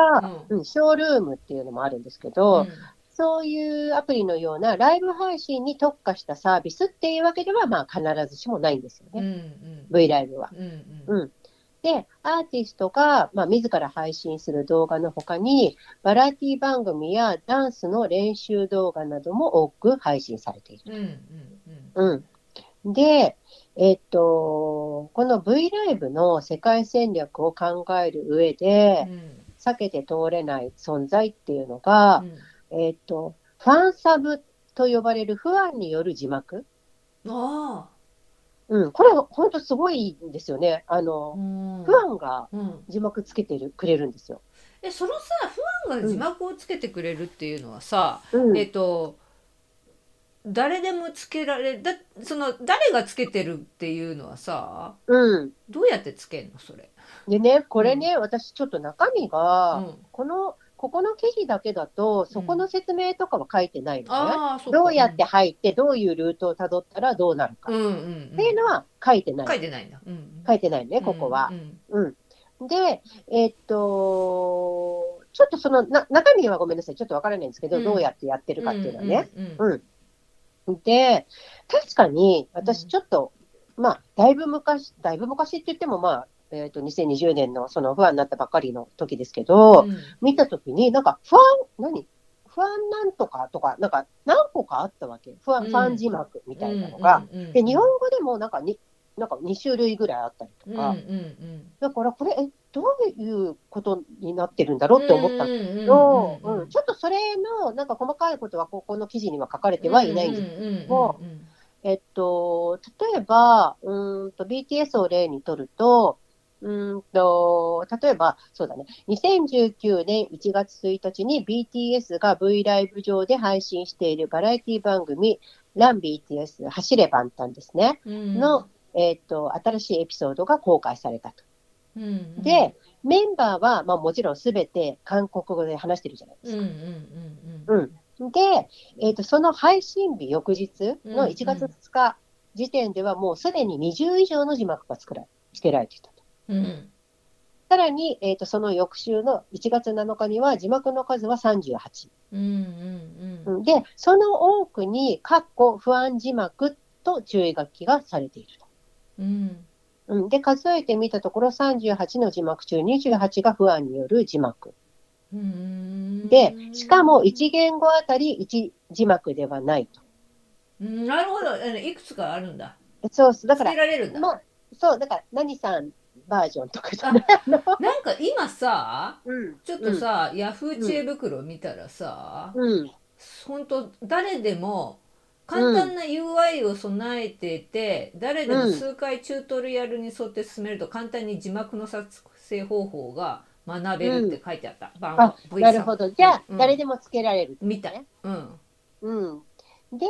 [SPEAKER 2] い
[SPEAKER 1] うん、ショールームっていうのもあるんですけ
[SPEAKER 2] う
[SPEAKER 1] ど、
[SPEAKER 2] ん
[SPEAKER 1] そういうアプリのようなライブ配信に特化したサービスっていうわけでは、まあ、必ずしもないんですよ
[SPEAKER 2] うんう
[SPEAKER 1] ね、
[SPEAKER 2] ん
[SPEAKER 1] V ライブは。
[SPEAKER 2] うん
[SPEAKER 1] うんで、アーティストが、まあ、自ら配信する動画の他に、バラエティ番組やダンスの練習動画なども多く配信されている。
[SPEAKER 2] うんうん
[SPEAKER 1] うん。で、えっと、この V ライブの世界戦略を考える上
[SPEAKER 2] う
[SPEAKER 1] で、
[SPEAKER 2] ん
[SPEAKER 1] 避けて通れない存在っていうのが、えっと、ファンサブと呼ばれる不安による字幕。
[SPEAKER 2] うんあ
[SPEAKER 1] うん。これ、本当すごいんですよね。あ
[SPEAKER 2] あ
[SPEAKER 1] の、
[SPEAKER 2] うん
[SPEAKER 1] 不安が
[SPEAKER 2] うん
[SPEAKER 1] 字幕つけてるくれるんですよ。
[SPEAKER 2] えそのさファンが字幕をつけてくれるっていうのはさ
[SPEAKER 1] うん
[SPEAKER 2] えっと誰でもつけられだその誰がつけてるっていうのはさ
[SPEAKER 1] うん。
[SPEAKER 2] どうやってつけんのそれ
[SPEAKER 1] でね、これね、私ちょっと中身
[SPEAKER 2] う
[SPEAKER 1] が、
[SPEAKER 2] ん
[SPEAKER 1] この、ここの記事だけだと、そこの説明とかは書いてないのね。
[SPEAKER 2] ああそうか
[SPEAKER 1] どうやって入って、どういうルートをたどったらどうなるか。
[SPEAKER 2] うん
[SPEAKER 1] っ
[SPEAKER 2] うんうん
[SPEAKER 1] ていうのは書いてな
[SPEAKER 2] 書
[SPEAKER 1] い。
[SPEAKER 2] いてないんだうん
[SPEAKER 1] 書いてないね、ここは
[SPEAKER 2] う。ん
[SPEAKER 1] うん。で、えっと、ちょっとそのな、中身はごめんなさい、ちょっとわからないんですけど、
[SPEAKER 2] うん
[SPEAKER 1] どうやってやってるかっていうのはね。
[SPEAKER 2] うんうん
[SPEAKER 1] で、確かに
[SPEAKER 2] う
[SPEAKER 1] 私
[SPEAKER 2] ん
[SPEAKER 1] ちょっと、まあ、だいぶ昔、だいぶ昔って言っても、まあ、えっ、と、2020年のその不安になったばかりの時ですけど、
[SPEAKER 2] うん
[SPEAKER 1] 見た時に、なんか、不安、何不安なんとかとか、なんか、何個かあったわけ。不安、
[SPEAKER 2] うん
[SPEAKER 1] 不安字幕みたいなのが。で、日本
[SPEAKER 2] と
[SPEAKER 1] 語でもなんかに、なんか2種類ぐらいあったりとか、
[SPEAKER 2] うんうん
[SPEAKER 1] だからこれ、え、どういうことになってるんだろうって思ったんだ
[SPEAKER 2] ん
[SPEAKER 1] けど、うんちょっとそれの、なんか細かいことは、ここの記事には書かれてはいないんです
[SPEAKER 2] す
[SPEAKER 1] どえっと、例えば、うーんと、BTS を例にとると、うーんと、例えば、そうだね、2019年1月1日に BTS が V ライブ上で配信しているバラエティ番組、ラン BTS 走れ万端ですね、の、えっと、新しいエピソードが公開されたと。で、メンバーは、まあもちろんすべて韓国語で話してるじゃないですか
[SPEAKER 2] うんうんうん
[SPEAKER 1] うん。で、えっとその配信日翌日の1月2日時点ではもうすでに20以上の字幕が作られ付けられていたと。
[SPEAKER 2] うんうん
[SPEAKER 1] さらに、えっとその翌週の1月7日には字幕の数は38。
[SPEAKER 2] うんうんうん
[SPEAKER 1] うんで、その多くに、括弧不安字幕と注意書きがされていると。
[SPEAKER 2] うん
[SPEAKER 1] うん、で、数えてみたところ38の字幕中28が不安による字幕。
[SPEAKER 2] うん
[SPEAKER 1] で、しかも1言語あたり1字幕ではないと。
[SPEAKER 2] うんなるほどあのいくつかあるんだ
[SPEAKER 1] そうそう。だから
[SPEAKER 2] つけ、られるんだ
[SPEAKER 1] まあ、そう、だから、何さんバージョンとかじゃないの。
[SPEAKER 2] なんか今さ
[SPEAKER 1] うん。
[SPEAKER 2] ちょっとさヤフー知恵袋見たらさ
[SPEAKER 1] うん。
[SPEAKER 2] 本当誰でも簡単な UI を備えてて、誰でも数回チュートリアルに沿って進めると簡単に字幕の作成方法が学べるって書いてあった、番
[SPEAKER 1] あ、
[SPEAKER 2] 号
[SPEAKER 1] なるほど。じゃあ、
[SPEAKER 2] うん
[SPEAKER 1] 誰でもつけられる。
[SPEAKER 2] みたい、うん、
[SPEAKER 1] うん。で、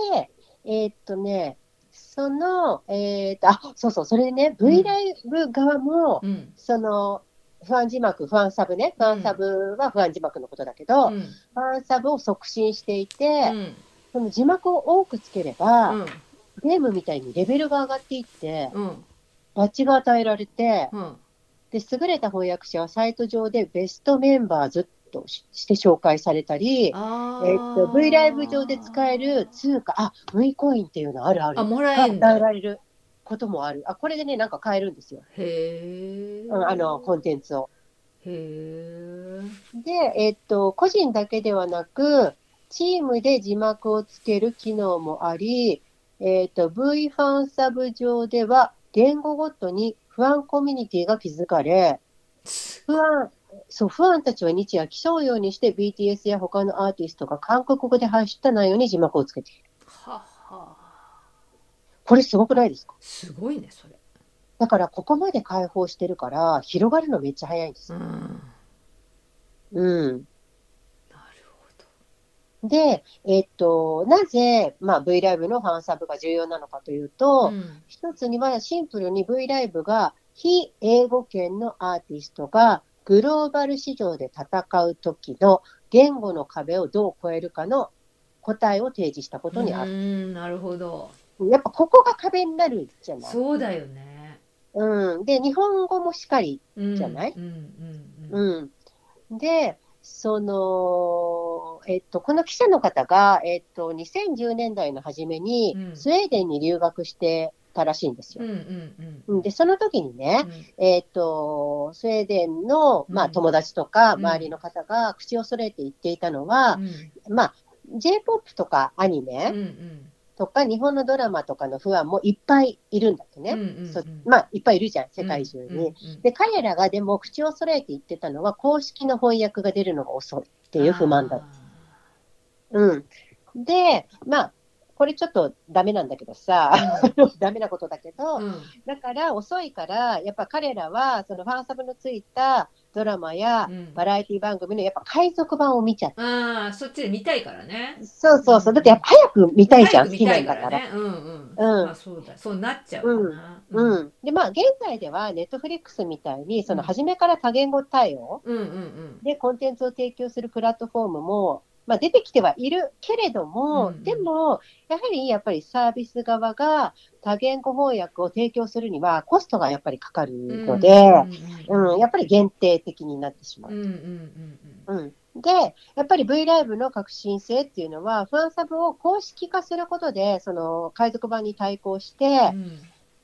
[SPEAKER 1] えーっとね、その、えーっと、あ、そうそう、それでね、
[SPEAKER 2] うん
[SPEAKER 1] V ライブ側も、
[SPEAKER 2] うん
[SPEAKER 1] その、不安字幕、不安サブね。不安サブは不安字幕のことだけ
[SPEAKER 2] う
[SPEAKER 1] ど、
[SPEAKER 2] ん
[SPEAKER 1] 不安サブを促進していて、
[SPEAKER 2] うん
[SPEAKER 1] その字幕を多くつければ、
[SPEAKER 2] うん
[SPEAKER 1] ゲームみたいにレベルが上がっていって、
[SPEAKER 2] うん
[SPEAKER 1] バッジが与えられて、
[SPEAKER 2] うん
[SPEAKER 1] で、優れた翻訳者はサイト上でベストメンバーズとしして紹介されたり、えっ
[SPEAKER 2] あー
[SPEAKER 1] と、V ライブ上で使える通貨、あ、V コインっていうのあるある。
[SPEAKER 2] あもら
[SPEAKER 1] が
[SPEAKER 2] えんだ
[SPEAKER 1] 与え
[SPEAKER 2] へ
[SPEAKER 1] られることもある。あ、これでね、なんか買えるんですよ。
[SPEAKER 2] え
[SPEAKER 1] うんあの、コンテンツを。
[SPEAKER 2] へえ
[SPEAKER 1] で、えっと、個人だけではなく、チームで字幕をつける機能もあり、えっと、V ファンサブ上では、言語ごとに不安コミュニティが築かれ、不安、そう、ファンたちは日夜競うようにして BTS や他のアーティストが韓国語で発した内容に字幕をつけている。
[SPEAKER 2] はは
[SPEAKER 1] これすごくないですか
[SPEAKER 2] すごいねそれ
[SPEAKER 1] だからここまで開放してるから広がるのめっちゃ早いんです
[SPEAKER 2] う
[SPEAKER 1] よ。
[SPEAKER 2] ん
[SPEAKER 1] うん。
[SPEAKER 2] なるほど
[SPEAKER 1] で、えっと、なぜ、まあ、V ライブのファンサブが重要なのかというと、
[SPEAKER 2] うん
[SPEAKER 1] 一つにはシンプルに V ライブが非英語圏のアーティストがグローバル市場で戦う時の言語の壁をどう超えるかの答えを提示したことにあ
[SPEAKER 2] う
[SPEAKER 1] る。
[SPEAKER 2] んなるほど
[SPEAKER 1] やっぱここが壁になるじゃない。
[SPEAKER 2] そうだよね
[SPEAKER 1] うん。で、日本語もしかり。
[SPEAKER 2] うん
[SPEAKER 1] じゃない
[SPEAKER 2] うんうんうん
[SPEAKER 1] うん。で、その、えっと、この記者の方が、えっと、2010年代の初めに
[SPEAKER 2] うん
[SPEAKER 1] スウェーデンに留学してたらしいんです
[SPEAKER 2] うん
[SPEAKER 1] よ。
[SPEAKER 2] うん
[SPEAKER 1] うん、で、その時にね、
[SPEAKER 2] うん
[SPEAKER 1] えっとスウェーデンの、ま
[SPEAKER 2] う
[SPEAKER 1] あ、
[SPEAKER 2] ん
[SPEAKER 1] 友達とか
[SPEAKER 2] うん
[SPEAKER 1] 周りの方が口を揃えて言っていたのは、
[SPEAKER 2] うん
[SPEAKER 1] まあ、J-POP とかアニ
[SPEAKER 2] うん
[SPEAKER 1] メ
[SPEAKER 2] うん
[SPEAKER 1] とか日本のドラマとかのファンもいっぱいいるんだってね、
[SPEAKER 2] うんうんうん
[SPEAKER 1] そまあ、いっぱいいるじゃん世界中に。
[SPEAKER 2] うんうん
[SPEAKER 1] で彼らがでも口を揃えて言ってたのは公式の翻訳が出るのが遅いっていう不満だった。うん、でまあこれちょっとダメなんだけど
[SPEAKER 2] あ
[SPEAKER 1] さ
[SPEAKER 2] ー
[SPEAKER 1] ダメなことだけど、
[SPEAKER 2] うん
[SPEAKER 1] だから遅いから、やっぱ彼らはそのファンサブのついたドラマや
[SPEAKER 2] うん
[SPEAKER 1] バラエティ番組のやっぱ海賊版を見ちゃっ
[SPEAKER 2] あーそっちで見たいからね
[SPEAKER 1] て。そうそうそう。だってやっぱ早く見たいじゃん、好
[SPEAKER 2] 早く
[SPEAKER 1] き
[SPEAKER 2] 見た
[SPEAKER 1] ないんだ
[SPEAKER 2] か
[SPEAKER 1] からら。
[SPEAKER 2] ねうんうん
[SPEAKER 1] うん
[SPEAKER 2] まあそうだそうなっちゃうかな
[SPEAKER 1] うんん。で、まあ現在ではネットフリックスみたいに、その初めから多言語対応
[SPEAKER 2] うんうんうん
[SPEAKER 1] でコンテンツを提供するプラットフォームも、まあ、出てきてはいるけれども、
[SPEAKER 2] うん
[SPEAKER 1] でも、やはりやっぱりサービス側が多言語翻訳を提供するにはコストがやっぱりかかるので、うん、やっぱり限定的になってしまう
[SPEAKER 2] うん。うんうんうん
[SPEAKER 1] うん、で、やっぱり V ライブの革新性っていうのは、ファンサブを公式化することで、その海賊版に対抗して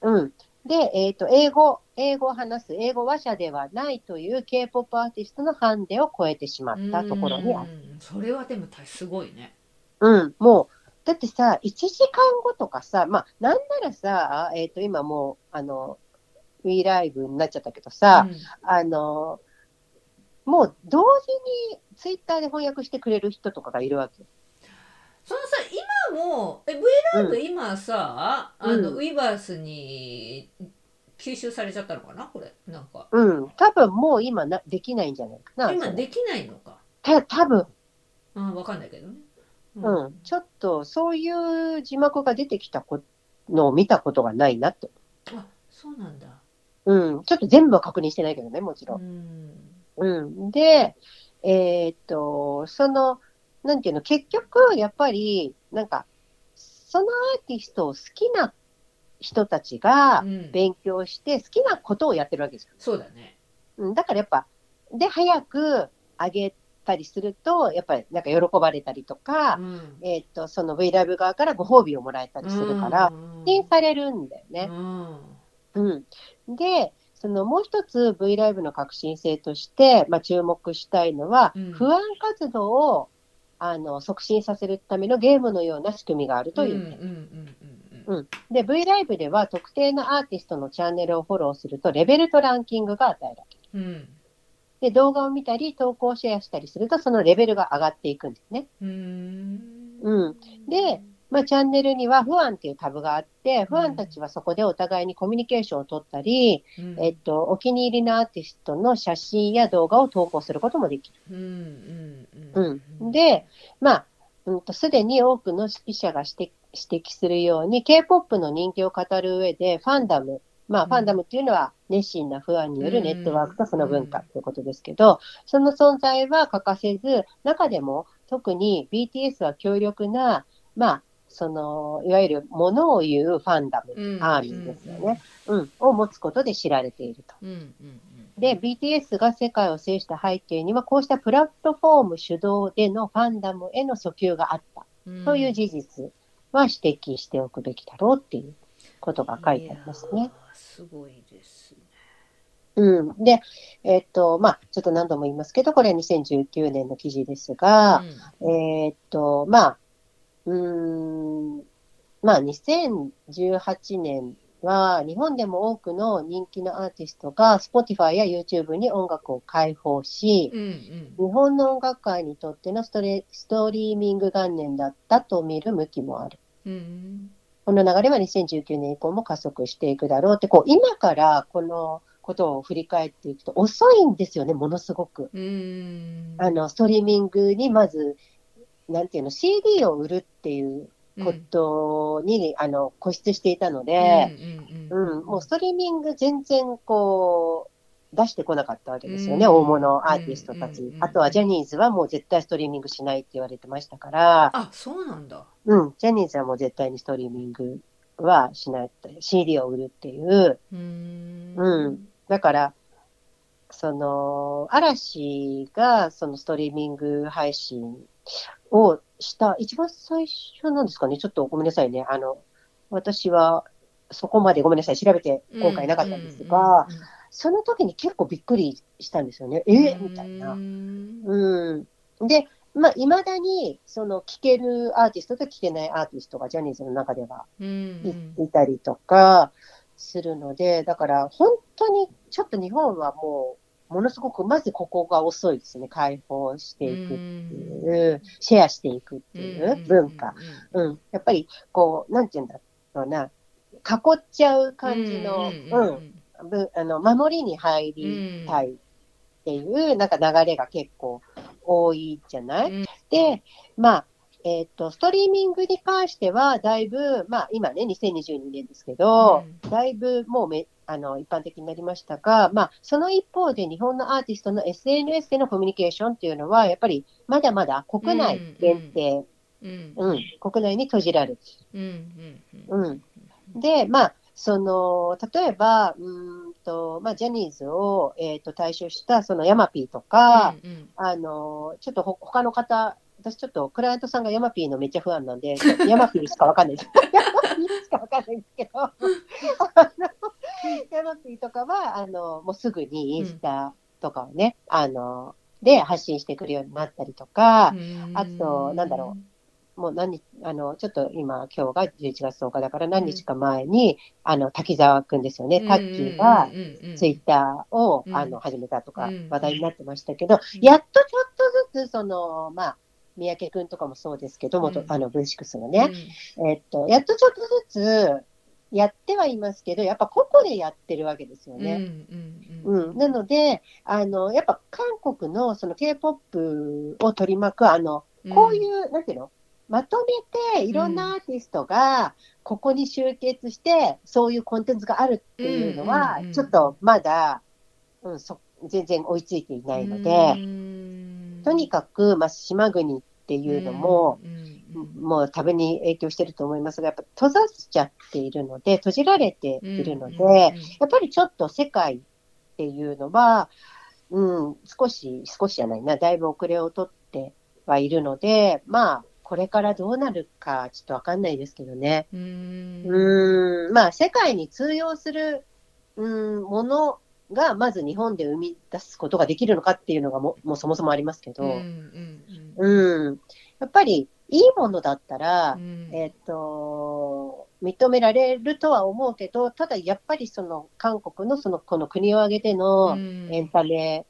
[SPEAKER 2] う、ん
[SPEAKER 1] うん。で、えっ、と、英語、英語を話す、英語話者ではないという K-POP アーティストのハンデを超えてしまったところにある。
[SPEAKER 2] うんそれはでも大すごいね
[SPEAKER 1] うん、もう、だってさ、1時間後とかさ、まあ、なんならさ、えっ、と、今もう、あの、V ライブになっちゃったけどさ、あの、もう同時にツイッターで翻訳してくれる人とかがいるわけ。
[SPEAKER 2] そのさ今もえ V ライブ今さ、
[SPEAKER 1] うん
[SPEAKER 2] あの
[SPEAKER 1] うん
[SPEAKER 2] ウィバースに吸収されちゃったのかなこれなんか
[SPEAKER 1] うん、多分もう今なできないんじゃないかな。
[SPEAKER 2] 今できないのか
[SPEAKER 1] た多分、
[SPEAKER 2] あ分かんないけどねう
[SPEAKER 1] うん、ちょっとそういう字幕が出てきたこのを見たことがないなと。
[SPEAKER 2] あそうなんだ
[SPEAKER 1] うん、ちょっと全部は確認してないけどね、もちろ。
[SPEAKER 2] うんん
[SPEAKER 1] うん、で、えーっと、その、なんていうの、結局、やっぱり、なんか、そのアーティストを好きな人たちが
[SPEAKER 2] うん
[SPEAKER 1] 勉強して、好きなことをやってるわけですよ
[SPEAKER 2] そうだね
[SPEAKER 1] うん、だからやっぱ、で、早く上げたりすると、やっぱりなんか喜ばれたりとか、
[SPEAKER 2] うん
[SPEAKER 1] えっ、と、その V ライブ側からご褒美をもらえたりするから、
[SPEAKER 2] うん
[SPEAKER 1] 否定されるんだよね。
[SPEAKER 2] うん
[SPEAKER 1] うん。で、そのもう一つ V ライブの革新性として、まあ、注目したいのは、
[SPEAKER 2] うん
[SPEAKER 1] 不安活動をあの促進させるためのゲームのような仕組みがあるといううんね、
[SPEAKER 2] うんうん
[SPEAKER 1] うんで、V ライブでは特定のアーティストのチャンネルをフォローすると、レベルとランキングが与えられる。
[SPEAKER 2] うんうん
[SPEAKER 1] で、動画を見たり、投稿をシェアしたりすると、そのレベルが上がっていくんですね。
[SPEAKER 2] うん
[SPEAKER 1] うん。で、まあ、チャンネルには、ファンっていうタブがあって、ファンたちはそこでお互いにコミュニケーションを取ったり、
[SPEAKER 2] うん
[SPEAKER 1] えっと、お気に入りのアーティストの写真や動画を投稿することもできる。
[SPEAKER 2] うんうん
[SPEAKER 1] うん。で、まあ、うんと、すでに多くの指揮者が指摘指摘するように、K-POP の人気を語る上で、ファンダム、まあ、
[SPEAKER 2] うん
[SPEAKER 1] ファンダムっていうのは、熱心なファンによるネットワークとその文化
[SPEAKER 2] うん
[SPEAKER 1] ということですけど、その存在は欠かせず、中でも特に BTS は強力な、まあ、その、いわゆるものを言うファンダム、
[SPEAKER 2] うん
[SPEAKER 1] アーミーですよね。うん、を持つことで知られていると。
[SPEAKER 2] うんうんうんうん
[SPEAKER 1] で、BTS が世界を制した背景には、こうしたプラットフォーム主導でのファンダムへの訴求があった
[SPEAKER 2] うん
[SPEAKER 1] という事実は指摘しておくべきだろうっていうことが書いてあります
[SPEAKER 2] いや
[SPEAKER 1] ね。
[SPEAKER 2] ーすごいですね
[SPEAKER 1] うん、で、えっと、まあ、ちょっと何度も言いますけど、これは2019年の記事ですが、えっと、まあ、うーん、まあ、2018年は、日本でも多くの人気のアーティストが Spotify や YouTube に音楽を開放し、
[SPEAKER 2] うんうん
[SPEAKER 1] 日本の音楽界にとってのストレストリーミング元年だったと見る向きもある。
[SPEAKER 2] うん
[SPEAKER 1] この流れは2019年以降も加速していくだろうって、こう今からこのことを振り返っていくと遅いんですよね、ものすごく。
[SPEAKER 2] うん
[SPEAKER 1] あの、ストリーミングにまず、なんていうの、CD を売るっていうことに、あの固執していたので、
[SPEAKER 2] うん
[SPEAKER 1] うんもうストリーミング全然こう出してこなかったわけですよね、
[SPEAKER 2] うん
[SPEAKER 1] 大物アーティストたち、
[SPEAKER 2] うんうんうん
[SPEAKER 1] あとはジャニーズはもう絶対ストリーミングしないって言われてましたから、
[SPEAKER 2] あそうなんだ
[SPEAKER 1] うん、ジャニーズはもう絶対にストリーミングはしないって、CD を売るっていう、
[SPEAKER 2] うん
[SPEAKER 1] うんだから、その嵐がそのストリーミング配信をした一番最初なんですかね、ちょっとごめんなさいね、あの私はそこまでごめんなさい、調べて今回なかったんですが、
[SPEAKER 2] うんうんうん
[SPEAKER 1] その時に結構びっくりしたんですよね、えみたいな
[SPEAKER 2] う。ん
[SPEAKER 1] うん、で、まあ、未だにその聴けるアーティストと聴けないアーティストがジャニーズの中では
[SPEAKER 2] うんうん
[SPEAKER 1] いたりとかするので、だから本当にちょっと日本はもう、ものすごく、まずここが遅いですね、解放していくっていう、シェアしていくっていう文化。うん、やっぱり、こう、なんて言うんだろうな、囲っちゃう感じの、うん、ぶあの、守りに入りたいっていう、なんか流れが結構多いじゃないで、まあ、えっ、と、ストリーミングに関しては、だいぶ、まあ、今ね、2022年ですけど、だいぶもうめ、あの、一般的になりましたが、まあ、その一方で、日本のアーティストの SNS でのコミュニケーションっていうのは、やっぱり、まだまだ国内限定、
[SPEAKER 2] うん
[SPEAKER 1] うん、国内に閉じられて
[SPEAKER 2] うん
[SPEAKER 1] うんで、まあ、その、例えば、うーんと、まあ、ジャニーズを、えっ、と、対象した、その、ヤマピーとか、
[SPEAKER 2] うん
[SPEAKER 1] あの、ちょっとほ他の方、私ちょっとクライアントさんがヤマピーのめっちゃ不安なんで、ちょっとヤマピーしかわかんない です。ヤマピーしかわかんないんですけど、 あのヤマピーとかは、あの、もうすぐにインスタとかをね、あの、で発信してくるようになったりとか、
[SPEAKER 2] うん
[SPEAKER 1] あとなんだろもう何日、あの、ちょっと今、今日が11月10日だから何日か前に、あの、滝沢くんですよね。タッキーが、
[SPEAKER 2] うんうんうんうん
[SPEAKER 1] ツイッターを、
[SPEAKER 2] うん
[SPEAKER 1] あの始めたとか
[SPEAKER 2] うん
[SPEAKER 1] 話題になってましたけど、
[SPEAKER 2] うん
[SPEAKER 1] やっとちょっとずつその、まあ、三宅くんとかもそうですけど、元
[SPEAKER 2] うん
[SPEAKER 1] あの V6 のね、えっと、やっとちょっとずつやってはいますけど、やっぱ個々でやってるわけですよ
[SPEAKER 2] うんうん
[SPEAKER 1] ね。
[SPEAKER 2] うん
[SPEAKER 1] うんなのであの、やっぱ韓国のその K-POP を取り巻く、あの
[SPEAKER 2] うん
[SPEAKER 1] こういう、なんていうのまとめていろんなアーティストがここに集結して、そういうコンテンツがあるっていうのは
[SPEAKER 2] うんうんう、ん
[SPEAKER 1] ちょっとまだ、うん、そ全然追いついていないので、
[SPEAKER 2] うん
[SPEAKER 1] とにかく、まあ、島国っていうのも、
[SPEAKER 2] うん
[SPEAKER 1] もう旅に影響してると思いますが、やっぱ閉ざしちゃっているので、閉じられて
[SPEAKER 2] うん
[SPEAKER 1] いるので、
[SPEAKER 2] うん
[SPEAKER 1] やっぱりちょっと世界っていうのは、うん、少し、少しじゃないな、だいぶ遅れを取ってはいるので、まあ、これからどうなるか、ちょっとわかんないですけどね。
[SPEAKER 2] うん
[SPEAKER 1] うーん、まあ、世界に通用する、うん、ものが、まず日本で生み出すことができるのかっていうのがも、もうそもそもありますけ
[SPEAKER 2] うんう
[SPEAKER 1] ど、
[SPEAKER 2] ん
[SPEAKER 1] うん、やっぱり、いいものだったら
[SPEAKER 2] う、ん
[SPEAKER 1] えっと、認められるとは思うけど、ただやっぱりその韓国のそのこの国を挙げて
[SPEAKER 2] う
[SPEAKER 1] の
[SPEAKER 2] ん
[SPEAKER 1] エンタメ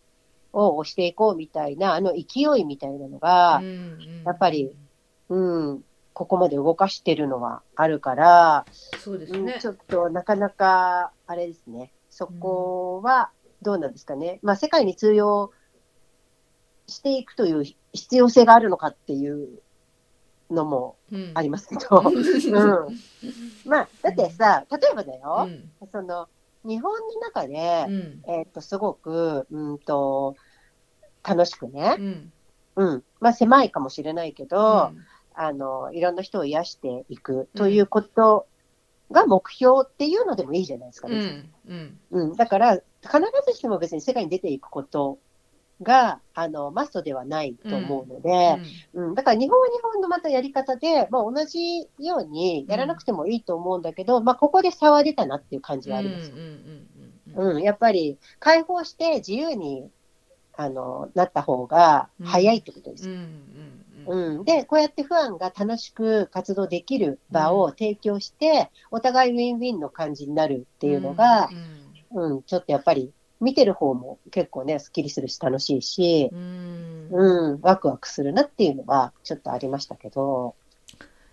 [SPEAKER 1] を押していこうみたいな、あの勢いみたいなのが
[SPEAKER 2] う、ん
[SPEAKER 1] やっぱりうん、ここまで動かしてるのはあるから、
[SPEAKER 2] そうです
[SPEAKER 1] うん
[SPEAKER 2] ね
[SPEAKER 1] ちょっとなかなかあれですね、そこはどうなんですかね。まあ世界に通用していくという必要性があるのかっていうのも
[SPEAKER 2] うん
[SPEAKER 1] ありますけど。うんまあ、だってさ、例えばだ
[SPEAKER 2] う
[SPEAKER 1] よ、
[SPEAKER 2] ん
[SPEAKER 1] その日本の中で、
[SPEAKER 2] うん
[SPEAKER 1] えーっとすごく、うんと楽しくね、
[SPEAKER 2] うん
[SPEAKER 1] うんまあ、狭いかもしれないけど、あの、いろんな人を癒していくということが目標っていうのでもいいじゃないですか、
[SPEAKER 2] う
[SPEAKER 1] 別に
[SPEAKER 2] んうん
[SPEAKER 1] うんだから、必ずしも別に世界に出ていくことがあのマストではないと思うので。うん、だから日本は日本のまたやり方で、まあ、同じようにやらなくてもいいと思うんだけど、まあ、ここで差は出たなっていう感じはあります。
[SPEAKER 2] うん
[SPEAKER 1] うん、やっぱり解放して自由にあのなった方が早いってことです。
[SPEAKER 2] うん
[SPEAKER 1] うん、で、こうやってファンが楽しく活動できる場を提供して、お互いウィンウィンの感じになるっていうのが、うん、ちょっとやっぱり見てる方も結構ね、スッキリするし楽しいし、
[SPEAKER 2] うん、うん
[SPEAKER 1] うん、ワクワクするなっていうのはちょっとありましたけど、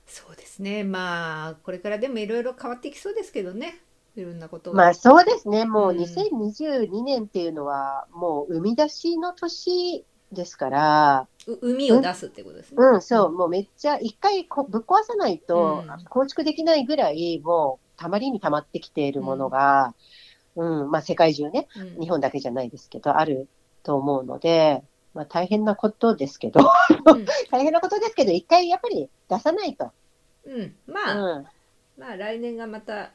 [SPEAKER 2] そうですねまあこれからでもいろいろ変わっていきそうですけどねいろんなことが、
[SPEAKER 1] まあそうですね、もう
[SPEAKER 2] うん
[SPEAKER 1] 2022年っていうのはもう生み出しの年ですから、
[SPEAKER 2] う海を出すってことですね。
[SPEAKER 1] うん、そう、もうめっちゃ一回こぶっ壊さないと
[SPEAKER 2] うん
[SPEAKER 1] 構築できないぐらい、もうたまりにたまってきているものが、うん、まあ世界中ね、
[SPEAKER 2] うん
[SPEAKER 1] 日本だけじゃないですけど、あると思うので、まあ大変なことですけど、 大変なことですけど、一回やっぱり出さないと。
[SPEAKER 2] うん、うん
[SPEAKER 1] う
[SPEAKER 2] まあ、
[SPEAKER 1] ん。
[SPEAKER 2] まあ来年がまた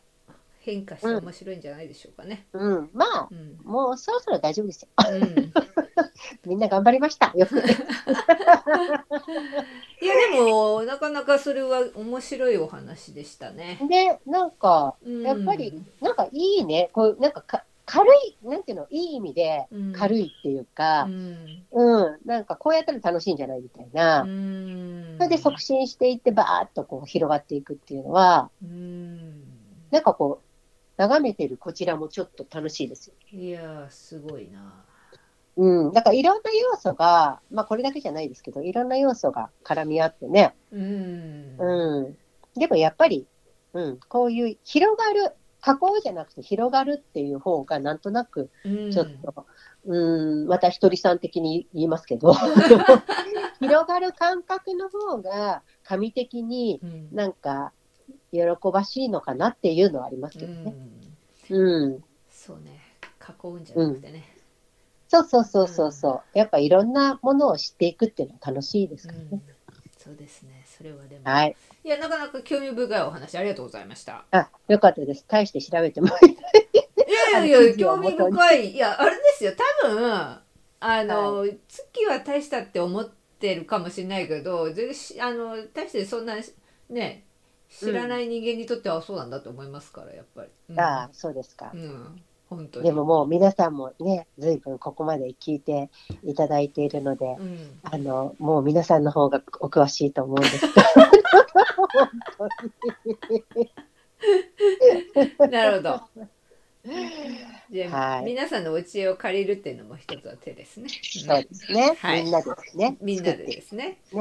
[SPEAKER 2] 変化して面白いんじゃないでしょうかね。
[SPEAKER 1] うん。まあ、
[SPEAKER 2] うん、
[SPEAKER 1] もうそろそろ大丈夫ですよ。
[SPEAKER 2] うん
[SPEAKER 1] みんな頑張りました。 よく。
[SPEAKER 2] いやでもなかなかそれは面白いお話でしたね。
[SPEAKER 1] で、なんか、
[SPEAKER 2] うん
[SPEAKER 1] やっぱり、、なんかいいね。こう、なんかか軽い、なんていうの、いい意味で軽
[SPEAKER 2] い、
[SPEAKER 1] いっていうか
[SPEAKER 2] う、ん
[SPEAKER 1] うん。なんかこうやったら楽しいんじゃないみたいな。
[SPEAKER 2] うん、
[SPEAKER 1] それで促進していって、バーっとこう広がっていくっていうのは、
[SPEAKER 2] うん
[SPEAKER 1] なんかこう、眺めてるこちらもちょっと楽しいですよ。
[SPEAKER 2] いやーすごいな。
[SPEAKER 1] うん。だからいろんな要素が、まあこれだけじゃないですけど、いろんな要素が絡み合ってね、
[SPEAKER 2] うん
[SPEAKER 1] うん。でもやっぱり、うん、こういう広がる、加工じゃなくて広がるっていう方がなんとなく、
[SPEAKER 2] うん
[SPEAKER 1] ちょっと、うん、また一人さん的に言いますけ ど、広がる感覚の方が、神的に
[SPEAKER 2] うん
[SPEAKER 1] なんか、喜ばしいのかなっていうのはあります
[SPEAKER 2] う
[SPEAKER 1] けどね。
[SPEAKER 2] ん、
[SPEAKER 1] うん。
[SPEAKER 2] そうね囲うんじゃなくてね。
[SPEAKER 1] そうそうそうそうそう。やっぱいろんなものを知っていくっていうのは楽しいですから
[SPEAKER 2] うん
[SPEAKER 1] ね。
[SPEAKER 2] そうですねそれはでも、い、
[SPEAKER 1] はい。
[SPEAKER 2] やなかなか興味深いお話ありがとうございました
[SPEAKER 1] あ、よかったです。大して調べてもらえた
[SPEAKER 2] い
[SPEAKER 1] あ
[SPEAKER 2] やいや
[SPEAKER 1] の
[SPEAKER 2] いや
[SPEAKER 1] 記事
[SPEAKER 2] 興
[SPEAKER 1] を
[SPEAKER 2] 味
[SPEAKER 1] 元に
[SPEAKER 2] 深いいやあれですよ多分あの、月は大したって思ってるかもしれないけど全然しあの大してそんなね知らない人間にとってはそうなんだと思いますからやっぱり、うん、
[SPEAKER 1] ら、そうですか
[SPEAKER 2] う。ん本当に
[SPEAKER 1] でももう皆さんもね、ずいぶんここまで聞いていただいているので、
[SPEAKER 2] うん
[SPEAKER 1] あの、もう皆さんの方がお詳しいと思うんですが。本
[SPEAKER 2] なるほどじゃあ、
[SPEAKER 1] はい
[SPEAKER 2] 皆さんのお知恵を借りるっていうのも一つは手ですね、うん
[SPEAKER 1] 当にそうですね。
[SPEAKER 2] はい
[SPEAKER 1] みんなでね。
[SPEAKER 2] みんなで
[SPEAKER 1] 作ってい
[SPEAKER 2] で
[SPEAKER 1] く
[SPEAKER 2] すね。
[SPEAKER 1] ね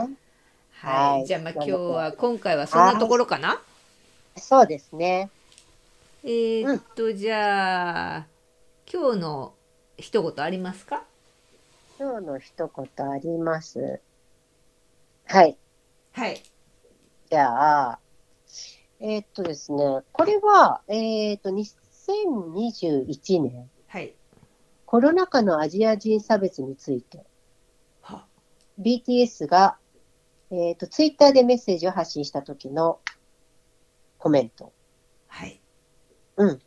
[SPEAKER 2] は
[SPEAKER 1] は
[SPEAKER 2] い、
[SPEAKER 1] い
[SPEAKER 2] じゃあまあ
[SPEAKER 1] そう
[SPEAKER 2] 今日
[SPEAKER 1] ですね
[SPEAKER 2] は今回はそんなところかな。
[SPEAKER 1] そうですね。
[SPEAKER 2] えー、っと、じゃあ今日の一言ありますか？
[SPEAKER 1] 今日の一言あります。はい。
[SPEAKER 2] はい。
[SPEAKER 1] じゃあ、えーっとですね、これは、えーっと、2021年、
[SPEAKER 2] はい。
[SPEAKER 1] コロナ禍のアジア人差別について、
[SPEAKER 2] は。
[SPEAKER 1] BTS が、えっ、と、ツイッターでメッセージを発信した時のコメント。
[SPEAKER 2] はい。
[SPEAKER 1] うん。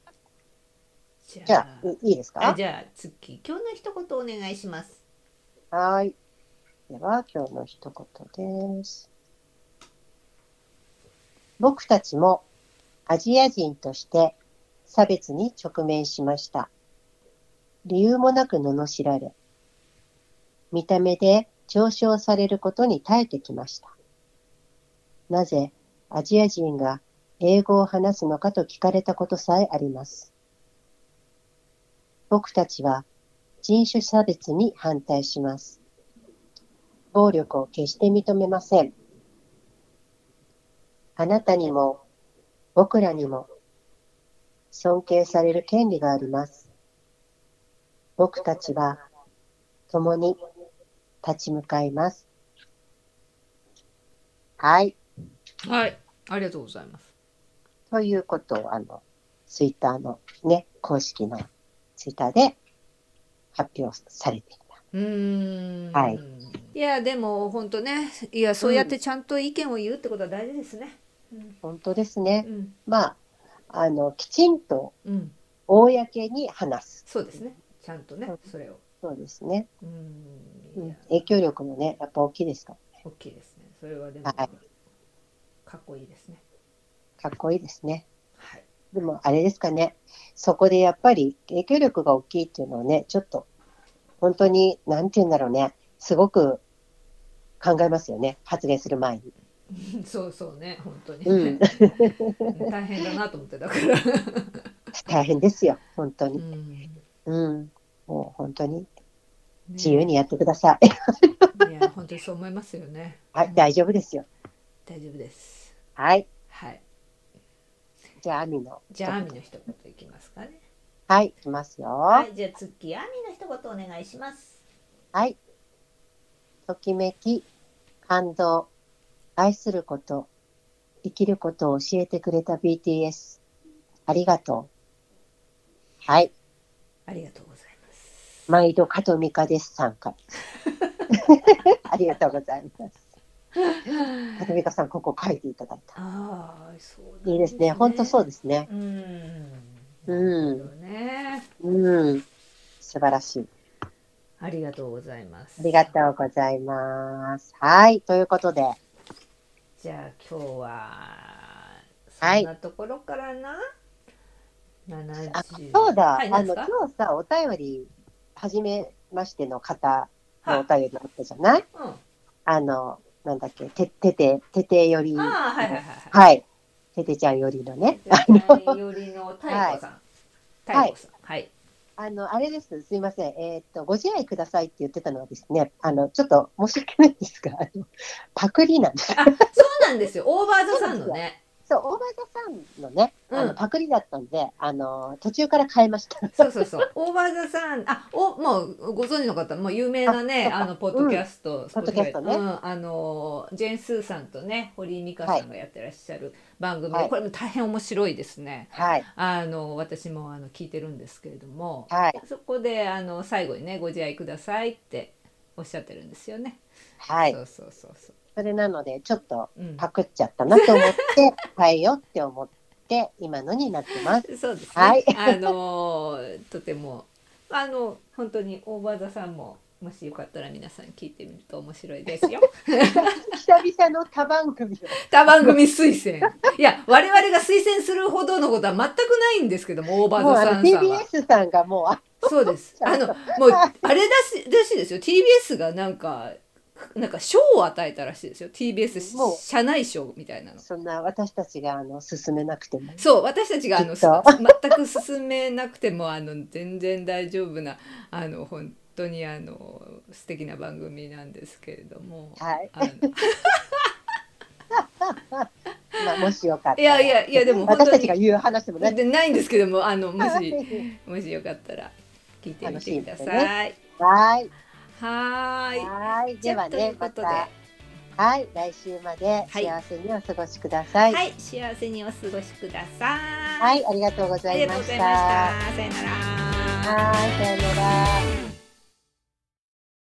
[SPEAKER 2] じ
[SPEAKER 1] じ
[SPEAKER 2] ゃ
[SPEAKER 1] ゃ
[SPEAKER 2] あ
[SPEAKER 1] あ、いいです
[SPEAKER 2] あ
[SPEAKER 1] か
[SPEAKER 2] じゃあ月今日の一言お願いします。
[SPEAKER 1] はーい。では、今日の一言です。僕たちもアジア人として差別に直面しました。理由もなく罵られ、見た目で上昇されることに耐えてきました。なぜアジア人が英語を話すのかと聞かれたことさえあります。僕たちは人種差別に反対します。暴力を決して認めません。あなたにも、僕らにも、尊敬される権利があります。僕たちは、共に立ち向かいます。はい。
[SPEAKER 2] はい。ありがとうございます。
[SPEAKER 1] ということを、あの、ツイッターのね、公式のツイッターで発表されていた。
[SPEAKER 2] うーん。
[SPEAKER 1] はい。
[SPEAKER 2] いやでも本当ね、いやそうやってちゃんと意見を言うってことは大事ですね。うん。
[SPEAKER 1] 本当ですね。
[SPEAKER 2] うん。
[SPEAKER 1] まあ、あの、きちんと
[SPEAKER 2] うん。
[SPEAKER 1] 公に話す。
[SPEAKER 2] そうですね。ちゃんとね
[SPEAKER 1] うん、
[SPEAKER 2] それを。
[SPEAKER 1] そうですね。
[SPEAKER 2] う
[SPEAKER 1] うん
[SPEAKER 2] い
[SPEAKER 1] ん
[SPEAKER 2] や、
[SPEAKER 1] 影響力もね、やっぱ大きいですか
[SPEAKER 2] 大きいですね。それはでも、
[SPEAKER 1] はい
[SPEAKER 2] かっこいいですね。
[SPEAKER 1] ら。かっこいいですね。
[SPEAKER 2] はい。
[SPEAKER 1] でも、あれですかね。そこでやっぱり影響力が大きいっていうのはね、ちょっと、本当に、なんて言うんだろうね。すごく考えますよね発言する前に。
[SPEAKER 2] そうそうね本当に、
[SPEAKER 1] うん
[SPEAKER 2] 大変だなと思ってだから、
[SPEAKER 1] 大変ですよ本当
[SPEAKER 2] う
[SPEAKER 1] に。
[SPEAKER 2] ん
[SPEAKER 1] うん、もう本当に
[SPEAKER 2] ね
[SPEAKER 1] 自由にやってください。
[SPEAKER 2] いや本当にそう思いますよね
[SPEAKER 1] はい、大丈夫ですよ。
[SPEAKER 2] 大丈夫です
[SPEAKER 1] はい、
[SPEAKER 2] はい
[SPEAKER 1] じゃあ、アミの。
[SPEAKER 2] じゃあアミの一言いきますかね
[SPEAKER 1] はい、いきますよ。
[SPEAKER 2] は
[SPEAKER 1] はい、
[SPEAKER 2] いじゃあ次アミの一言お願いします
[SPEAKER 1] ときめき、感動、愛すること、生きることを教えてくれた BTS。ありがとう。はい、
[SPEAKER 2] ありがとうござい ます
[SPEAKER 1] 毎度加藤美香です、参 加。ありがとうございます。加藤美香さん、ここ書いていただいた。
[SPEAKER 2] ああそう
[SPEAKER 1] いいですね、本当そう
[SPEAKER 2] で
[SPEAKER 1] ですね。
[SPEAKER 2] すねうん
[SPEAKER 1] うん
[SPEAKER 2] なるほどね
[SPEAKER 1] うん、素晴らしい。
[SPEAKER 2] ありがとうございます
[SPEAKER 1] ありがとうございます。はい、ということで、
[SPEAKER 2] じゃあ今日は
[SPEAKER 1] は
[SPEAKER 2] そ
[SPEAKER 1] い
[SPEAKER 2] んなところからな、70
[SPEAKER 1] あそうだ、
[SPEAKER 2] はい、
[SPEAKER 1] あ
[SPEAKER 2] 何
[SPEAKER 1] の
[SPEAKER 2] ですか
[SPEAKER 1] 今日さ、お便り、初めましての方のお便りだったじゃない
[SPEAKER 2] うん、あ
[SPEAKER 1] あの、なんだっけ、ててて、ててより、
[SPEAKER 2] あ
[SPEAKER 1] は
[SPEAKER 2] はいはいはい
[SPEAKER 1] い、ててちゃんよりのね、
[SPEAKER 2] はい絶対よりの太子さん
[SPEAKER 1] はい
[SPEAKER 2] 太子さんはい
[SPEAKER 1] あの、あれです、すいません、えーっと、ご自愛くださいって言ってたのはですね、あの、ちょっと申し訳ないんですが、あのパクリなんです。
[SPEAKER 2] あそうなんですよオーバーザさんのね
[SPEAKER 1] そう、大場田さんのね、あの
[SPEAKER 2] うん
[SPEAKER 1] パクリだったんで、あの、途中から変えました。
[SPEAKER 2] そうそう そうオーバーザさんあおもうご存知の方もう有名なね
[SPEAKER 1] あ
[SPEAKER 2] あのポッドキャスト、
[SPEAKER 1] ポッドキャストね
[SPEAKER 2] うん、あのジェーン・スーさんとね堀井美香さんがやってらっしゃる番組、
[SPEAKER 1] はい
[SPEAKER 2] これも大変面白いですね
[SPEAKER 1] はい、
[SPEAKER 2] あの私もあの聞いてるんですけれども、
[SPEAKER 1] はい、
[SPEAKER 2] そこであの最後にね「ご自愛ください」っておっしゃってるんですよね。
[SPEAKER 1] はい
[SPEAKER 2] そ。うそうそうそう。
[SPEAKER 1] それなので、ちょっと、
[SPEAKER 2] うん、
[SPEAKER 1] パクっちゃったなと思って、変えようって思って、今のになって ます。
[SPEAKER 2] そうですね。
[SPEAKER 1] はい
[SPEAKER 2] あのとてもあの本当に大場座さんももしよかったら皆さん聞いてみると面白いですよ。
[SPEAKER 1] 久々の他番組を。
[SPEAKER 2] 他番組推薦。いや我々が推薦するほどのことは全くないんですけども大場
[SPEAKER 1] もう
[SPEAKER 2] 座
[SPEAKER 1] あ
[SPEAKER 2] さ
[SPEAKER 1] の
[SPEAKER 2] んさんは。
[SPEAKER 1] TBS さんがもうあ、
[SPEAKER 2] そ うです。あのもうあれだしらしいですよ。TBS がなんかなんか賞を与えたらしいですよ。
[SPEAKER 1] もう
[SPEAKER 2] TBS 社内賞みたいなの。
[SPEAKER 1] そんな私たちがあの進めなくて も。
[SPEAKER 2] そう私たちがあの
[SPEAKER 1] きっと
[SPEAKER 2] 全く進めなくてもあの全然大丈夫なあの本当にあの素敵な番組なんですけれども。
[SPEAKER 1] はい。
[SPEAKER 2] あの
[SPEAKER 1] まあ、もしよかったら。
[SPEAKER 2] いやいやいやでも本当
[SPEAKER 1] 私
[SPEAKER 2] に
[SPEAKER 1] たちが言う話でもない。
[SPEAKER 2] でないんですけどもあ のもし
[SPEAKER 1] は
[SPEAKER 2] もしよかったら聞いてみ
[SPEAKER 1] 楽してい
[SPEAKER 2] くだ
[SPEAKER 1] です
[SPEAKER 2] さ
[SPEAKER 1] ね
[SPEAKER 2] い。
[SPEAKER 1] い。
[SPEAKER 2] はーい。
[SPEAKER 1] はい。
[SPEAKER 2] じ
[SPEAKER 1] で
[SPEAKER 2] ゃあ
[SPEAKER 1] は
[SPEAKER 2] とい
[SPEAKER 1] ね
[SPEAKER 2] う、こ
[SPEAKER 1] ま
[SPEAKER 2] とで、
[SPEAKER 1] た。はい。来週まで
[SPEAKER 2] はい
[SPEAKER 1] 幸せにお過ごしください。
[SPEAKER 2] は
[SPEAKER 1] はい。
[SPEAKER 2] い、幸せにお過ごしください。
[SPEAKER 1] ありがとうご
[SPEAKER 2] あ
[SPEAKER 1] ざ
[SPEAKER 2] り
[SPEAKER 1] い
[SPEAKER 2] が
[SPEAKER 1] ま
[SPEAKER 2] とうござ
[SPEAKER 1] し
[SPEAKER 2] い
[SPEAKER 1] た。
[SPEAKER 2] ま
[SPEAKER 1] は
[SPEAKER 2] した。さよなら。
[SPEAKER 1] い。さようなら。